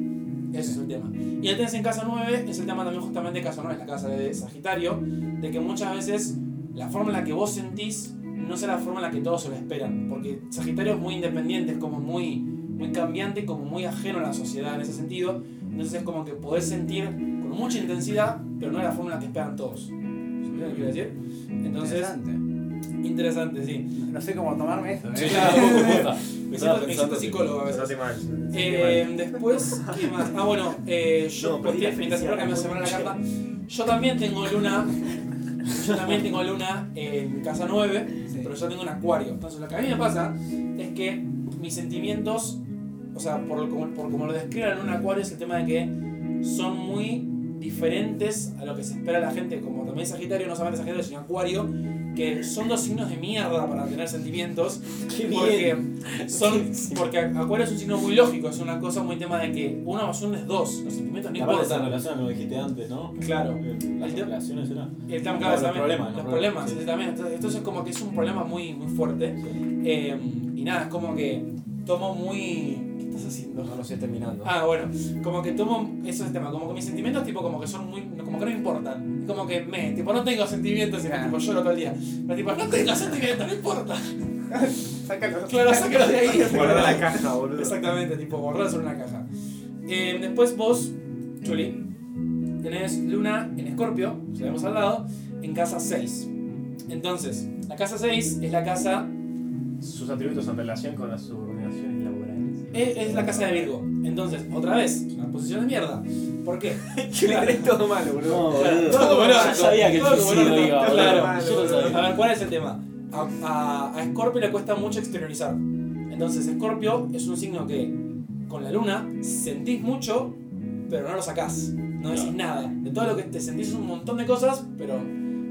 Speaker 1: Ese es el tema. Y el 3 en casa 9 es el tema también justamente de casa 9, la casa de Sagitario, de que muchas veces la forma en la que vos sentís no será la forma en la que todos se lo esperan, porque Sagitario es muy independiente, es como muy, muy cambiante, como muy ajeno a la sociedad en ese sentido, entonces es como que podés sentir con mucha intensidad, pero no de la forma en la que esperan todos. ¿Entendés lo que quiero decir? Entonces,
Speaker 6: Interesante.
Speaker 1: interesante, sí.
Speaker 6: No sé cómo tomarme esto, ¿eh?
Speaker 3: Sí, claro, vos, vos, posta.
Speaker 1: Me
Speaker 3: Estaba
Speaker 1: siento, me siento
Speaker 3: pensando
Speaker 1: psicólogo a veces.
Speaker 7: Pensate mal.
Speaker 1: Eh, después, ¿qué más? Ah, bueno, eh, yo
Speaker 7: No, perdí
Speaker 1: porque
Speaker 7: la felicidad.
Speaker 1: mientras espero que me separe la carta, yo también tengo luna, yo también tengo luna en casa 9,
Speaker 6: Sí.
Speaker 1: pero yo tengo un acuario. Entonces lo que a mí me pasa es que mis sentimientos, o sea, por, como- por como lo describen en un acuario, es el tema de que son muy diferentes a lo que se espera la gente, como también Sagitario, no solamente Sagitario, sino Acuario, que son dos signos de mierda para tener sentimientos. Porque, son, porque Acuario es un signo muy lógico, es una cosa muy tema de que uno más uno es dos, los sentimientos no
Speaker 3: Aparte esa
Speaker 1: importan.
Speaker 3: relación lo dijiste antes, ¿no?
Speaker 1: Claro.
Speaker 3: Las
Speaker 1: El tema-
Speaker 3: relaciones eran.
Speaker 1: El tema,
Speaker 3: No,
Speaker 1: claro,
Speaker 3: los
Speaker 1: también,
Speaker 3: problemas, los
Speaker 1: los
Speaker 3: problemas,
Speaker 1: problemas,
Speaker 3: sí. Mm.
Speaker 1: sí, también. Entonces, entonces como que es un problema muy, muy fuerte. Eh, y nada, es como que tomo muy... ¿Qué estás haciendo?
Speaker 2: No lo estoy terminando.
Speaker 1: Ah, bueno, como que tomo eso es el tema, como que mis sentimientos tipo como que son muy, como que no me importan, como que me, tipo no tengo sentimientos y me, tipo lloro todo el día, pero tipo no tengo sentimientos, no importa,
Speaker 5: Sácalo.
Speaker 1: claro, sácalo de ahí.
Speaker 7: Guarda la caja, boludo.
Speaker 1: Exactamente, tipo borrarlas en una caja. Eh, después vos, Chuli, tenés Luna en Escorpio, ya la vemos al lado, en casa 6. Entonces, la casa 6 es la casa
Speaker 2: Sus atributos en relación con las subordinaciones laborales.
Speaker 1: es, es la casa de Virgo. Entonces, otra vez, es una posición de mierda. ¿por qué?
Speaker 7: Todo malo, boludo.
Speaker 1: boludo.
Speaker 3: Todo
Speaker 1: Yo
Speaker 3: Yo sabía que el
Speaker 1: Todo
Speaker 3: suicidio
Speaker 1: boludo.
Speaker 3: iba, boludo.
Speaker 1: Claro.
Speaker 3: Yo lo sabía.
Speaker 1: A ver, ¿cuál es el tema? A, a, a Scorpio le cuesta mucho exteriorizar. Entonces, Scorpio es un signo que con la luna sentís mucho, pero no lo sacás. No decís nada. De todo lo que te sentís es un montón de cosas, pero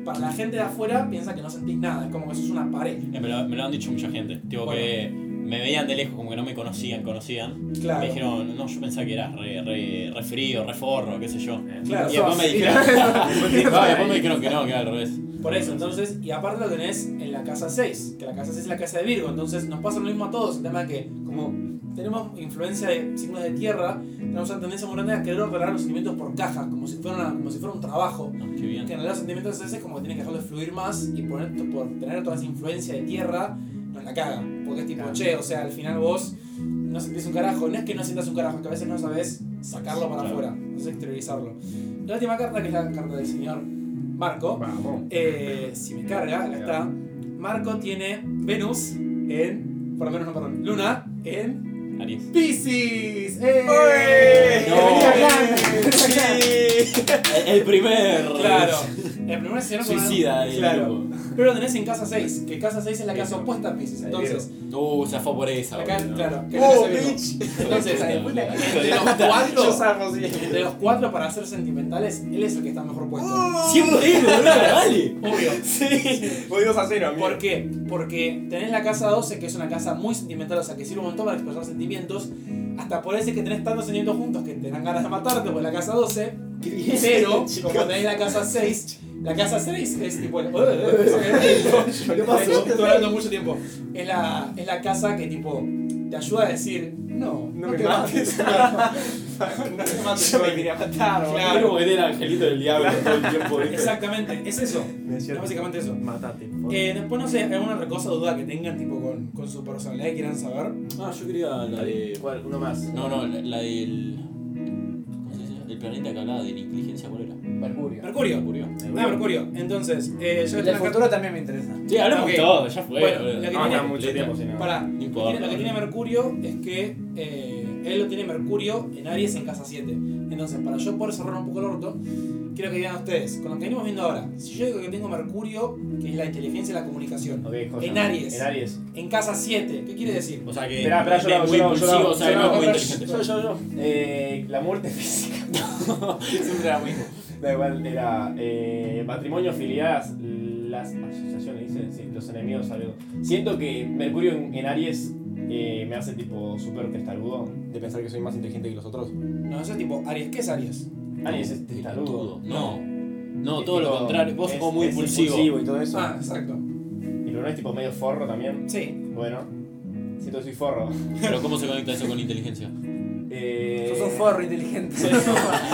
Speaker 1: para la gente de afuera piensa que no sentís nada. Es como que sos una pared.
Speaker 3: Eh, Me lo, me lo han dicho mucha gente. Tipo
Speaker 1: Bueno.
Speaker 3: que me veían de lejos, como que no me conocían, conocían.
Speaker 1: Claro.
Speaker 3: Me dijeron, no, yo pensaba que eras re, re, re frío, re forro, qué sé yo.
Speaker 1: Claro,
Speaker 3: y después
Speaker 1: sos-
Speaker 3: me dijeron. No, y después me dijeron que no, que era al revés.
Speaker 1: Por eso, entonces, y aparte lo tenés en la casa 6, que la casa 6 es la casa de Virgo, entonces nos pasa lo mismo a todos, el tema que, como tenemos influencia de signos de tierra, tenemos una tendencia muy grande a querer ordenar los sentimientos por cajas, como si fuera, una- como si fuera un trabajo.
Speaker 3: No, qué bien.
Speaker 1: Que en realidad los sentimientos a veces como que tienen que dejarlo de fluir más y poner, por tener toda esa influencia de tierra, nos la caga. Porque es tipo,
Speaker 6: Claro.
Speaker 1: che, o sea, al final vos no sentís un carajo. No es que no sientas un carajo, es que a veces no sabés sacarlo para afuera, no sé exteriorizarlo. La última carta, que es la carta del señor Marco,
Speaker 2: Vamos.
Speaker 1: eh, si me carga, acá está. Marco tiene Venus en. Por lo menos, no, perdón. Luna en.
Speaker 3: Aries.
Speaker 1: Pisces. ¡Eh!
Speaker 7: ¡Ué!
Speaker 1: ¡No!
Speaker 5: Venía acá,
Speaker 3: El, el primer.
Speaker 1: Claro. El primer se dieron con-
Speaker 3: Suicida del
Speaker 1: Claro.
Speaker 3: grupo.
Speaker 1: Pero lo tenés en casa 6, que casa 6 es la casa opuesta a Pisces. Entonces,
Speaker 3: Uh, ya fue por esa.
Speaker 1: acá,
Speaker 3: boludo.
Speaker 1: claro. que
Speaker 7: ¡Oh,
Speaker 1: tenés a Venus.
Speaker 7: bitch!
Speaker 1: Entonces,
Speaker 3: Hija de puta.
Speaker 1: de los cuatro.
Speaker 7: Yo salgo así.
Speaker 1: De los cuatro para ser sentimentales, él es el que está mejor puesto.
Speaker 3: Siempre es, boludo, dale.
Speaker 1: Obvio.
Speaker 7: Voy 2 a 0, amigo.
Speaker 1: ¿Por qué? Porque tenés la casa 12, que es una casa muy sentimental, o sea, que sirve un montón para expresar sentimientos. Hasta por eso es que tenés tantos sentimientos juntos que te dan ganas de matarte por la casa 12. Pero, como tenés la casa 6, la casa 6 es tipo. el-
Speaker 6: ¿Qué pasó?
Speaker 1: Estoy hablando mucho tiempo. Es la, es la casa que tipo te ayuda a decir, no,
Speaker 7: No me mates. No me mates. Yo me quería matar, boludo.
Speaker 3: Es como que tiene el angelito del diablo todo el tiempo. ¿viste?
Speaker 1: exactamente, es eso.
Speaker 7: Me decía,
Speaker 1: Es básicamente eso.
Speaker 7: Matate.
Speaker 1: Eh, después, no sé, alguna otra cosa o duda que tengan tipo con, con su personalidad que quieran saber.
Speaker 3: Ah, yo quería la de.
Speaker 2: ¿Cuál? Uno más.
Speaker 3: No, no, la, la del. ¿Cómo se dice? El planeta que hablaba de la inteligencia, ¿cuál era?
Speaker 6: Mercurio.
Speaker 1: Mercurio.
Speaker 3: Mercurio.
Speaker 1: Ah, Mercurio. Entonces, eh, yo
Speaker 6: El del futuro también me interesa.
Speaker 3: Sí, hablamos
Speaker 1: Ok.
Speaker 3: todo, ya fue. Ah,
Speaker 1: Bueno,
Speaker 3: boludo.
Speaker 1: la que
Speaker 7: No,
Speaker 1: tiene-
Speaker 7: no, mucho tiempo sin nada.
Speaker 1: Pará, lo que
Speaker 3: importa.
Speaker 1: tiene- lo que tiene Mercurio es que eh, él lo tiene Mercurio en Aries en casa 7. Entonces, para yo poder cerrar un poco el orto, quiero que digan ustedes, con lo que venimos viendo ahora, si yo digo que tengo Mercurio, que es la inteligencia y la comunicación,
Speaker 2: Ok, joya.
Speaker 1: En Aries.
Speaker 2: En Aries.
Speaker 1: en casa 7, ¿qué quiere decir?
Speaker 3: O sea que.
Speaker 2: Esperá, esperá, yo lo hago,
Speaker 3: es muy
Speaker 2: yo lo hago, yo lo
Speaker 3: impulsivo,
Speaker 2: hago,
Speaker 3: o sea,
Speaker 2: yo lo
Speaker 3: no es
Speaker 2: hago.
Speaker 3: muy inteligente.
Speaker 2: Yo, yo, yo. Eh, la muerte física.
Speaker 3: Siempre era lo mismo.
Speaker 2: Da igual, era eh, matrimonio, filiadas, las asociaciones, dicen, sí, los enemigos, algo. Siento que Mercurio en, en Aries eh, me hace tipo súper testarudo de pensar que soy más inteligente que los otros.
Speaker 1: No, eso es tipo, Aries, ¿qué es Aries?
Speaker 2: Aries es testarudo.
Speaker 3: No. No,
Speaker 2: Es
Speaker 3: todo lo
Speaker 2: tipo-
Speaker 3: contrario. Vos
Speaker 2: es-
Speaker 3: sos muy
Speaker 2: es
Speaker 3: impulsivo.
Speaker 2: impulsivo y todo eso.
Speaker 1: Ah, exacto.
Speaker 2: Y Luna es tipo medio forro también.
Speaker 1: Sí.
Speaker 2: Bueno, siento que soy forro.
Speaker 3: Pero ¿cómo se conecta eso con inteligencia?
Speaker 2: Eh,
Speaker 6: Sos un forro inteligente.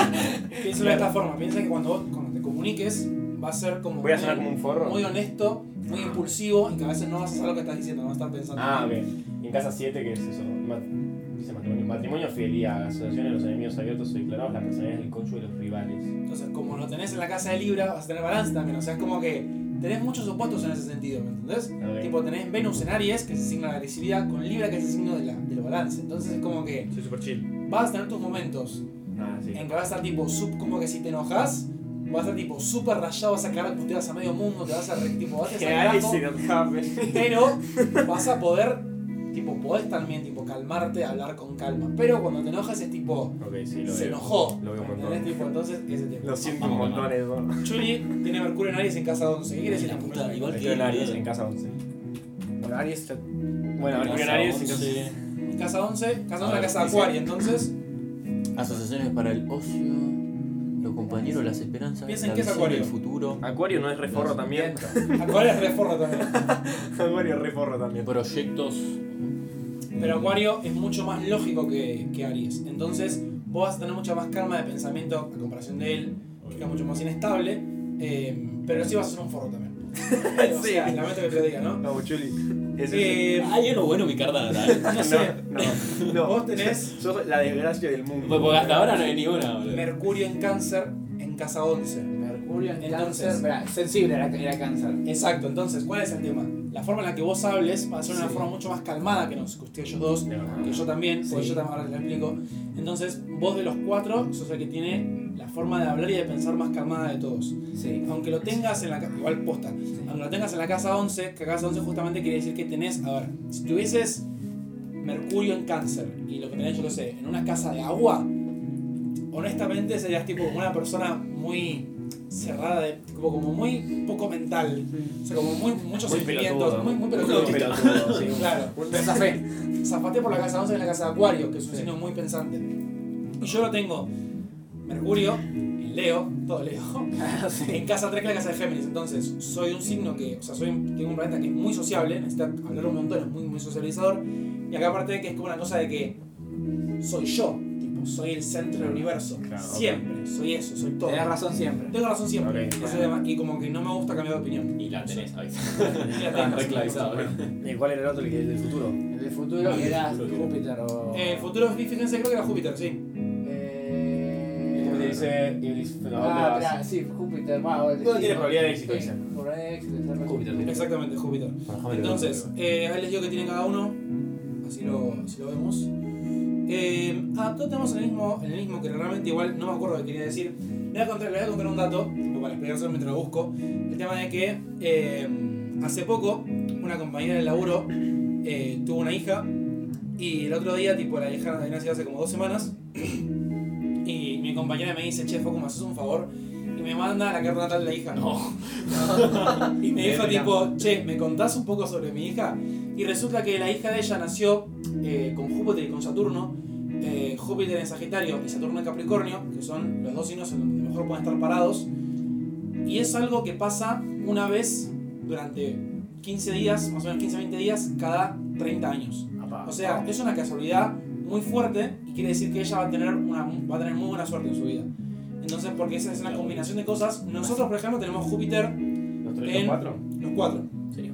Speaker 1: Piénsalo de esta forma, piensa que cuando vos cuando te comuniques va a ser como,
Speaker 2: Voy a sonar
Speaker 1: muy,
Speaker 2: como un forro.
Speaker 1: muy honesto, muy impulsivo y que a veces no vas a saber lo que estás diciendo, no vas a estar pensando.
Speaker 2: Ah, ok. Y En casa 7, que es eso? Ma- dice matrimonio. Matrimonio, fidelidad, asociación de los enemigos abiertos o declarados, las personalidades del cónyuge y los rivales.
Speaker 1: Entonces, como lo tenés en la casa de Libra, vas a tener balance también. O sea, es como que tenés muchos opuestos en ese sentido, ¿me entendés?
Speaker 2: Ok.
Speaker 1: Tipo, tenés Venus en Aries, que es el signo de la agresividad, con Libra, que es el signo de la- del balance. Entonces, es como que
Speaker 7: Soy super chill.
Speaker 1: vas a tener tus momentos
Speaker 2: Ah, sí.
Speaker 1: en que vas a estar tipo, sub, como que si te enojas, vas a estar tipo súper rayado, vas a cagar puteadas a medio mundo, te vas a re, tipo, vas a
Speaker 7: Que
Speaker 1: hacer
Speaker 7: Aries
Speaker 1: carajo,
Speaker 7: se lo sabe.
Speaker 1: pero vas a poder, tipo, podés también, tipo, calmarte, hablar con calma. Pero cuando te enojas es tipo,
Speaker 2: Ok, sí, lo
Speaker 1: se
Speaker 2: veo.
Speaker 1: enojó.
Speaker 7: Lo veo un montón.
Speaker 1: ¿entendés? Tipo, entonces, ese tipo.
Speaker 7: Lo siento un
Speaker 3: Vamos,
Speaker 7: montón, Eduardo.
Speaker 1: Chuli tiene Mercurio en Aries en casa 11. ¿Qué quiere decir
Speaker 3: La puta, igual
Speaker 2: Mercurio
Speaker 3: que
Speaker 2: en Aries, en casa 11.
Speaker 6: Bueno, Aries está-
Speaker 2: Bueno, Mercurio en Aries, entonces.
Speaker 1: Casa 11, casa 11
Speaker 3: A
Speaker 1: la
Speaker 3: ver,
Speaker 1: casa
Speaker 3: dice.
Speaker 1: Acuario. Entonces,
Speaker 3: Asociaciones para el ocio, los compañeros, las esperanzas,
Speaker 1: Piensen
Speaker 3: la
Speaker 1: que es
Speaker 3: visión
Speaker 1: Acuario.
Speaker 3: del futuro,
Speaker 7: Acuario no es reforro también.
Speaker 1: Acuario es reforro también.
Speaker 7: Acuario es reforro también.
Speaker 3: proyectos.
Speaker 1: Pero Acuario es mucho más lógico que, que Aries. Entonces, vos vas a tener mucha más calma de pensamiento a comparación de él, que es mucho más inestable. eh, pero sí vas a ser un forro también. O sea,
Speaker 7: Sí.
Speaker 1: lamento que te lo diga, ¿no?
Speaker 7: No, Chuli. Es
Speaker 1: Eh,
Speaker 3: Ay, es lo bueno mi carta natal.
Speaker 1: no sé,
Speaker 7: No, no, no.
Speaker 1: vos tenés
Speaker 7: Sos la desgracia del mundo.
Speaker 3: Pues porque hasta ahora no hay ninguna, boludo.
Speaker 1: Mercurio en Cáncer en casa 11.
Speaker 6: Mercurio en
Speaker 1: Entonces-
Speaker 6: cáncer. Verá, sensible era, era cáncer.
Speaker 1: Exacto, entonces, ¿cuál es el tema? La forma en la que vos hables va a ser una
Speaker 6: Sí.
Speaker 1: forma mucho más calmada que nos que ellos dos. que yo también, porque yo también ahora te lo explico. Entonces, vos de los cuatro sos el que tiene la forma de hablar y de pensar más calmada de todos.
Speaker 6: Sí.
Speaker 1: Aunque lo tengas en la casa, igual posta, aunque lo tengas en la casa 11, que casa 11 justamente quiere decir que tenés, a ver, si tuvieses Mercurio en cáncer y lo que tenés, yo qué sé, en una casa de agua, honestamente serías tipo como una persona muy cerrada, de- como, como muy poco mental, o sea, como muy, muchos
Speaker 7: Muy
Speaker 1: sentimientos,
Speaker 7: pelotudo.
Speaker 1: muy, muy pelotudo.
Speaker 2: Pero pelotudo, sí.
Speaker 1: Claro.
Speaker 6: Zafé.
Speaker 1: Zafate por la casa 11 en la casa de Acuario, que es un signo muy pensante. Y yo lo tengo Mercurio, en Leo, todo Leo, en casa 3 que es la casa de Géminis. Entonces, soy un signo que, o sea, soy, tengo un planeta que es muy sociable, necesita hablar un montón, es muy, muy socializador. Y acá aparte que es como una cosa de que soy yo, tipo, soy el centro del universo.
Speaker 2: Claro, ok.
Speaker 1: siempre, soy eso, soy todo.
Speaker 6: Tenés razón siempre.
Speaker 1: Tengo razón siempre.
Speaker 2: Ok.
Speaker 1: Y eso además- y como que no me gusta cambiar de opinión.
Speaker 3: Y la tenés ahí.
Speaker 1: Y la tengo,
Speaker 3: Está reclavizado,
Speaker 1: sí.
Speaker 3: ¿eh?
Speaker 2: ¿Y cuál era el otro? El del futuro.
Speaker 6: El del futuro que era Júpiter o.
Speaker 1: Eh, futuro, fíjense, creo que era Júpiter, sí.
Speaker 6: Eh,
Speaker 2: Júpiter dice. Y dice. No, ¿dónde
Speaker 6: Ah,
Speaker 2: vas?
Speaker 6: espera, sí, Júpiter. Bueno, vos decís,
Speaker 2: ¿Dónde tiene
Speaker 6: ¿no?
Speaker 2: probabilidad de éxito,
Speaker 6: Sí,
Speaker 2: dice?
Speaker 6: probabilidad de éxito, está bien.
Speaker 2: Júpiter.
Speaker 1: Exactamente, Júpiter. Entonces, eh, ahí les digo que tiene cada uno. Así lo, así lo vemos. Eh, ah, todos tenemos el mismo, el mismo que realmente igual no me acuerdo lo que quería decir. Le voy a contar, le voy a contar un dato, tipo, para explicárselo mientras lo busco. El tema de que eh, hace poco una compañera del laburo eh, tuvo una hija y el otro día, tipo, la hija nació hace como dos semanas y mi compañera me dice, che, Foco, me haces un favor y me manda la carta natal de la hija. No. y me dijo, tipo, che, ¿me contás un poco sobre mi hija? Y resulta que la hija de ella nació eh, con Júpiter y con Saturno. eh, Júpiter en Sagitario y Saturno en Capricornio, que son los dos signos en donde mejor pueden estar parados. Y es algo que pasa una vez durante 15 días, más o menos 15-20 días, cada 30 años. O sea, es una casualidad muy fuerte y quiere decir que ella va a tener, una, va a tener muy buena suerte en su vida. Entonces, porque esa es una combinación de cosas. Nosotros, por ejemplo, tenemos Júpiter,
Speaker 2: ¿Los
Speaker 1: en-
Speaker 2: tres, los cuatro?
Speaker 1: los cuatro.
Speaker 3: ¿En serio?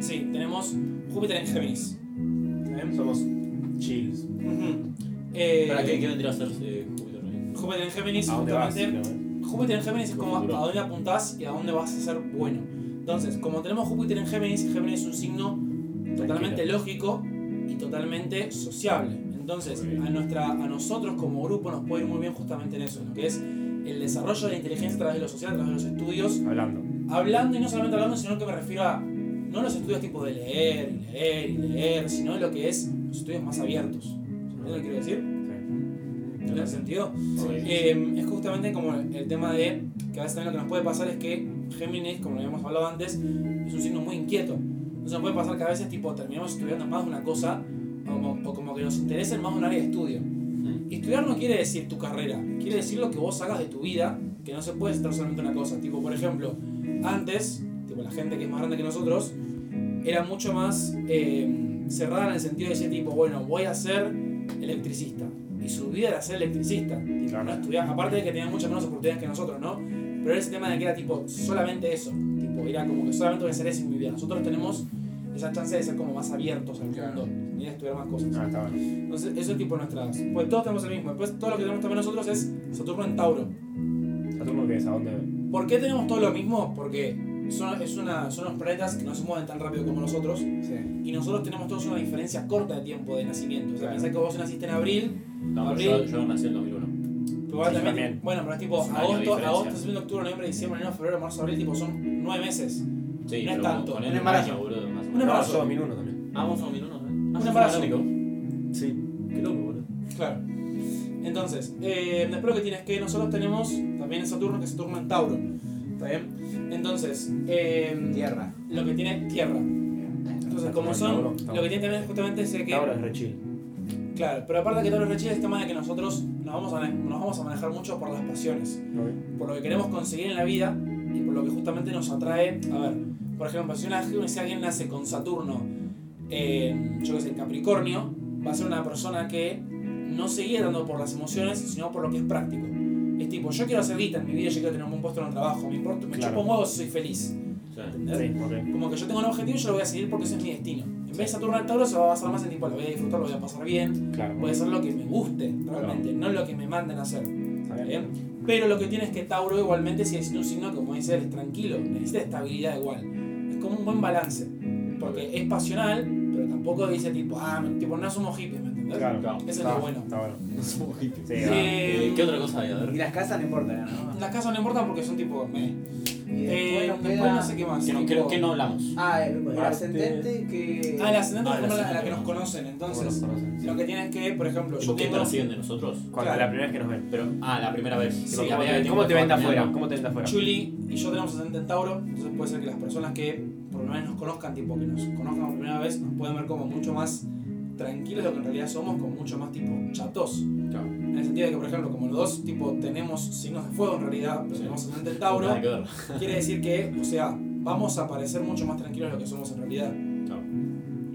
Speaker 1: Sí, tenemos Júpiter en Géminis. ¿Bien?
Speaker 2: Somos chills.
Speaker 1: Ujú. Eh,
Speaker 3: ¿Para qué, qué vendría a ser eh, Júpiter?
Speaker 1: Júpiter en Géminis,
Speaker 2: ¿A dónde vas?
Speaker 1: justamente. Júpiter en Géminis es como a
Speaker 3: Futuro.
Speaker 1: dónde apuntás y a dónde vas a ser bueno. Entonces, como tenemos Júpiter en Géminis, Géminis es un signo totalmente lógico y totalmente sociable. Entonces,
Speaker 2: Muy bien.
Speaker 1: a, nuestra, a nosotros como grupo nos puede ir muy bien justamente en eso, en lo que es el desarrollo de la inteligencia a través de lo social, a través de los estudios,
Speaker 2: Hablando.
Speaker 1: hablando y no solamente hablando, sino que me refiero a no los estudios tipo de leer y leer y leer, sino lo que es los estudios más abiertos. ¿Entendés lo que quiero decir? ¿Tiene sentido? Eh, es justamente como el tema de que a veces también lo que nos puede pasar es que Géminis, como lo habíamos hablado antes, es un signo muy inquieto. Entonces nos puede pasar que a veces tipo terminamos estudiando más de una cosa o como, o como que nos interesa más un área de estudio. Y estudiar no quiere decir tu carrera, quiere decir lo que vos hagas de tu vida, que no se puede estar solamente en una cosa. Tipo, por ejemplo, antes, tipo la gente que es más grande que nosotros, era mucho más eh, cerrada en el sentido de decir tipo, bueno, voy a ser electricista. Y su vida era ser electricista. Tipo,
Speaker 2: Claro.
Speaker 1: no estudiaba, aparte de que tenía muchas menos oportunidades que nosotros, ¿no? Pero era ese tema de que era tipo solamente eso. Tipo, era como que solamente voy a hacer eso en mi vida. Nosotros tenemos esa chance de ser como más abiertos al
Speaker 2: Claro.
Speaker 1: mundo y de estudiar más cosas.
Speaker 2: Ah, está bueno.
Speaker 1: Entonces, eso es tipo nuestras. Pues todos tenemos el mismo. Después, todo lo que tenemos también nosotros es Saturno en Tauro.
Speaker 2: ¿Saturno qué es? ¿A dónde?
Speaker 1: ¿Por qué tenemos todo lo mismo? Porque son, es una, son los planetas que no se mueven tan rápido como nosotros.
Speaker 6: Sí.
Speaker 1: Y nosotros tenemos todos una diferencia corta de tiempo de nacimiento. O sea,
Speaker 2: Claro.
Speaker 1: pensá que vos naciste en abril,
Speaker 3: No, pero yo,
Speaker 1: Abril.
Speaker 3: yo nací en 2001.
Speaker 1: pero vos
Speaker 2: Sí,
Speaker 1: también,
Speaker 2: también.
Speaker 1: Bueno, pero es tipo
Speaker 3: Es un año de
Speaker 1: agosto,
Speaker 3: diferencia.
Speaker 1: agosto, septiembre, octubre, noviembre, diciembre, enero, febrero, marzo, abril, tipo son nueve meses.
Speaker 3: Sí,
Speaker 1: No es
Speaker 3: pero
Speaker 1: tanto,
Speaker 3: con
Speaker 1: un
Speaker 3: él me
Speaker 1: embarazo.
Speaker 3: año, boludo, más o
Speaker 1: Un
Speaker 3: menos.
Speaker 2: No,
Speaker 1: embarazo.
Speaker 2: yo 2001 también.
Speaker 3: Ah, vos sos 2001, ¿eh? Ah, yo soy
Speaker 1: embarazo.
Speaker 3: canónico.
Speaker 2: Sí.
Speaker 3: Qué loco, boludo.
Speaker 1: Claro. Entonces, eh, después lo que tienes que nosotros tenemos también en Saturno, que es Saturno en Tauro. ¿Está bien? Entonces, eh,
Speaker 6: Tierra.
Speaker 1: lo que tiene Tierra. Entonces, como
Speaker 2: Tauro,
Speaker 1: son,
Speaker 2: Tauro.
Speaker 1: lo que tiene también es justamente ese que.
Speaker 2: Ahora es re chill.
Speaker 1: Claro, pero aparte que Tauro Rechill es el tema de que nosotros nos vamos, a, nos vamos a manejar mucho por las pasiones, por lo que queremos conseguir en la vida y por lo que justamente nos atrae. A ver, por ejemplo, si, una, si alguien nace con Saturno, en, yo qué sé, en Capricornio, va a ser una persona que no se guía tanto por las emociones, sino por lo que es práctico. Es tipo, yo quiero hacer guita en mi vida, yo quiero tener un buen puesto en un trabajo, me importa, me
Speaker 2: Claro.
Speaker 1: chupo un huevo si soy feliz.
Speaker 3: O sea,
Speaker 1: ¿Entendés?
Speaker 2: Sí, ok.
Speaker 1: Como que yo tengo un objetivo y yo lo voy a seguir porque ese es mi destino. En vez de Saturno al Tauro se va a basar más en tipo, lo voy a disfrutar, lo voy a pasar bien,
Speaker 2: Claro.
Speaker 1: voy a hacer lo que me guste realmente, no lo que me manden a hacer.
Speaker 2: Está bien.
Speaker 1: ¿bien? Pero lo que tiene es que Tauro igualmente sigue siendo un signo que, como dice, él, es tranquilo, necesita estabilidad igual. Es como un buen balance, porque es pasional, pero tampoco dice tipo, ah, me- tipo, no somos hippies, ¿me entendés?
Speaker 2: Claro.
Speaker 3: Claro.
Speaker 1: Eso es
Speaker 2: Está-
Speaker 1: lo bueno.
Speaker 2: Está bueno. Sí, va.
Speaker 1: Eh,
Speaker 3: eh, ¿Qué otra cosa hay? A
Speaker 6: Y
Speaker 3: ver.
Speaker 6: las casas no importan, ¿no?
Speaker 1: Las casas no importan porque son tipo, meh.
Speaker 6: Y
Speaker 1: Eh,
Speaker 6: después nos
Speaker 1: después
Speaker 6: queda-
Speaker 1: no sé qué más.
Speaker 3: Que no, que,
Speaker 1: tipo-
Speaker 3: que no hablamos.
Speaker 6: Ah, el, el
Speaker 2: Marte.
Speaker 6: ascendente que.
Speaker 1: Ah, la ascendente
Speaker 3: Ah,
Speaker 1: es
Speaker 3: el
Speaker 1: como la, la
Speaker 3: ascendente.
Speaker 1: que nos conocen,
Speaker 2: ¿Cómo
Speaker 1: entonces.
Speaker 2: nos conocen?
Speaker 1: Lo que tienen que, por ejemplo, yo
Speaker 3: ¿Por qué
Speaker 1: tengo...
Speaker 3: perciben de nosotros?
Speaker 2: Cuando
Speaker 1: claro.
Speaker 2: la primera vez que nos ven.
Speaker 3: Pero, ah, la primera vez.
Speaker 2: Sí,
Speaker 3: Tipo,
Speaker 2: ¿Cómo,
Speaker 3: la primera vez
Speaker 2: te- cómo te
Speaker 3: que
Speaker 2: ven de
Speaker 3: estaba
Speaker 2: afuera?
Speaker 3: caminando.
Speaker 2: ¿Cómo te ven de afuera?
Speaker 1: Chuli y yo tenemos ascendente en Tauro, entonces puede ser que las personas que por lo menos nos conozcan, tipo que nos conozcan por primera vez, nos pueden ver como mucho más tranquilos de lo que en realidad somos, como mucho más tipo chatos.
Speaker 3: Claro.
Speaker 1: En el sentido de que, por ejemplo, como los dos tipo tenemos signos de fuego en realidad, pero
Speaker 3: Sí.
Speaker 1: tenemos ascendente en Tauro,
Speaker 3: Nada que ver.
Speaker 1: quiere decir que, o sea, vamos a parecer mucho más tranquilos de lo que somos en realidad.
Speaker 3: Claro.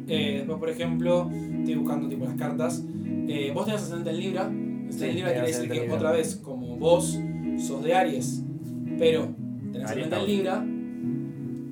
Speaker 1: Eh, después, por ejemplo, estoy buscando tipo las cartas. Eh, vos tenés ascendente en Libra. Ascendente
Speaker 7: Sí,
Speaker 1: en Libra
Speaker 7: tengo
Speaker 1: quiere decir
Speaker 7: ascendente
Speaker 1: que
Speaker 7: en Libra.
Speaker 1: otra vez, como vos sos de Aries, pero
Speaker 4: Aries
Speaker 1: tenés ascendente en Libra,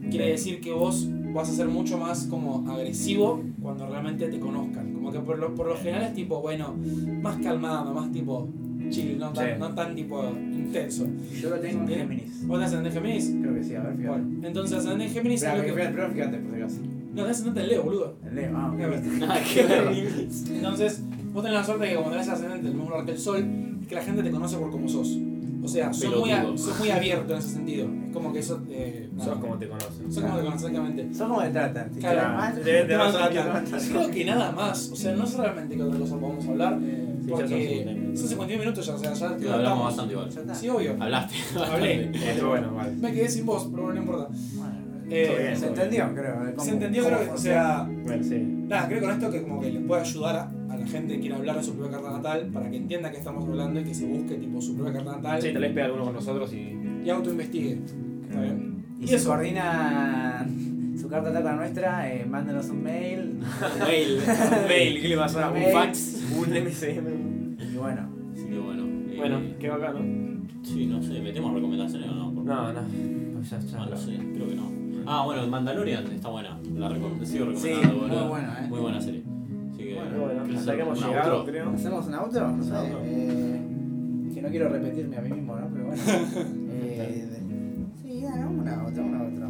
Speaker 1: quiere decir que vos vas a ser mucho más como agresivo cuando realmente te conozcan. Como que por lo, por lo general es tipo, bueno, más calmado, más tipo chill, no tan,
Speaker 7: Sí.
Speaker 1: no tan tipo intenso.
Speaker 6: Yo lo tengo en
Speaker 1: ¿Bien?
Speaker 6: Géminis.
Speaker 1: ¿Vos tenés ascendente en Géminis?
Speaker 6: Creo que sí, a ver, fíjate.
Speaker 1: Bueno, entonces ascendente en Géminis es
Speaker 6: Espera,
Speaker 1: lo que...
Speaker 6: fíjate, pero fíjate, por si acaso.
Speaker 1: No, tenés ascendente en Leo, boludo.
Speaker 6: El Leo, ah, ok.
Speaker 3: Nada que ver.
Speaker 1: Entonces, vos tenés la suerte de que como tenés ascendente en el mismo lugar que el sol, es que la gente te conoce por cómo sos. O sea, sos muy, a-
Speaker 3: Pelotudo.
Speaker 1: sos muy abierto en ese sentido. Es como que eso. Eh, nada.
Speaker 4: Sos como te conocen.
Speaker 1: Sos como te conoces exactamente.
Speaker 6: Son como te tratan. Si
Speaker 1: Claro.
Speaker 6: te mal,
Speaker 4: Te-
Speaker 6: te
Speaker 4: te vas a-
Speaker 6: maltratan.
Speaker 1: Creo que nada más. O sea, no sé realmente qué otra cosa podemos hablar.
Speaker 6: Eh,
Speaker 4: Sí, ya son
Speaker 1: Porque
Speaker 4: 50.
Speaker 1: son 51 minutos ya, o sea, ya
Speaker 3: Lo hablamos bastante igual.
Speaker 6: Ya está.
Speaker 1: Sí, obvio.
Speaker 3: Hablaste.
Speaker 1: Hablé.
Speaker 3: bastante.
Speaker 2: Esto, bueno, vale.
Speaker 1: Me quedé sin voz, pero bueno, no importa.
Speaker 6: Bueno,
Speaker 1: Eh,
Speaker 4: Todo bien.
Speaker 6: Se entendió, creo. eh, cómo-
Speaker 1: se entendió,
Speaker 6: cómo
Speaker 1: creo que. O
Speaker 6: funciona.
Speaker 1: sea.
Speaker 2: Bueno, sí.
Speaker 1: Nada, creo que con esto que como que les puede ayudar a, a la gente que quiera hablar de su propia carta natal para que entienda que estamos hablando y que se busque tipo su propia carta natal
Speaker 2: Ah, Sí, tal vez pega alguno con nosotros y.
Speaker 1: y autoinvestigue. ¿Está bien?
Speaker 6: Y
Speaker 1: Y
Speaker 6: si
Speaker 1: eso.
Speaker 6: coordina eh, su carta trata nuestra, eh, mándenos un mail.
Speaker 3: Mail.
Speaker 4: Un mail, ¿qué le vas a
Speaker 6: Un
Speaker 4: dar?
Speaker 6: mail.
Speaker 4: Un fax, un MCM.
Speaker 6: Y bueno,
Speaker 3: Así que bueno. eh,
Speaker 2: Bueno, qué bacano.
Speaker 3: Sí, no sé. ¿Metemos recomendaciones o no? Porque-
Speaker 2: No, no. Pues ya
Speaker 3: No lo
Speaker 2: está.
Speaker 3: sé, creo que no. Ah, bueno, Mandalorian está buena. La recom sigo recomendando,
Speaker 6: muy
Speaker 3: boludo.
Speaker 6: buena, eh.
Speaker 3: Muy buena serie. Así que.
Speaker 2: Bueno, bueno, hasta que hemos
Speaker 3: un
Speaker 2: llegado,
Speaker 3: outro?
Speaker 2: creo.
Speaker 6: ¿hacemos un auto? No sé.
Speaker 2: Auto.
Speaker 6: eh, que no quiero repetirme a mí mismo, ¿no? Pero bueno. eh, sí, hagamos una otra, una otra.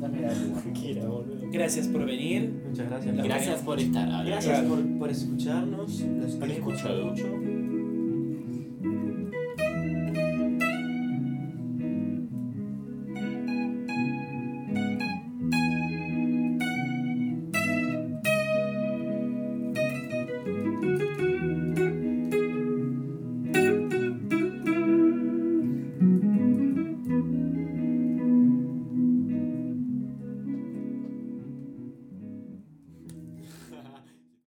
Speaker 6: Dame la última.
Speaker 2: Tranquila, boludo.
Speaker 1: Gracias por venir.
Speaker 2: Muchas gracias.
Speaker 1: La-
Speaker 3: Gracias por estar. Alan.
Speaker 1: Gracias
Speaker 7: por, por escucharnos. Los
Speaker 3: queremos
Speaker 7: escuchado mucho.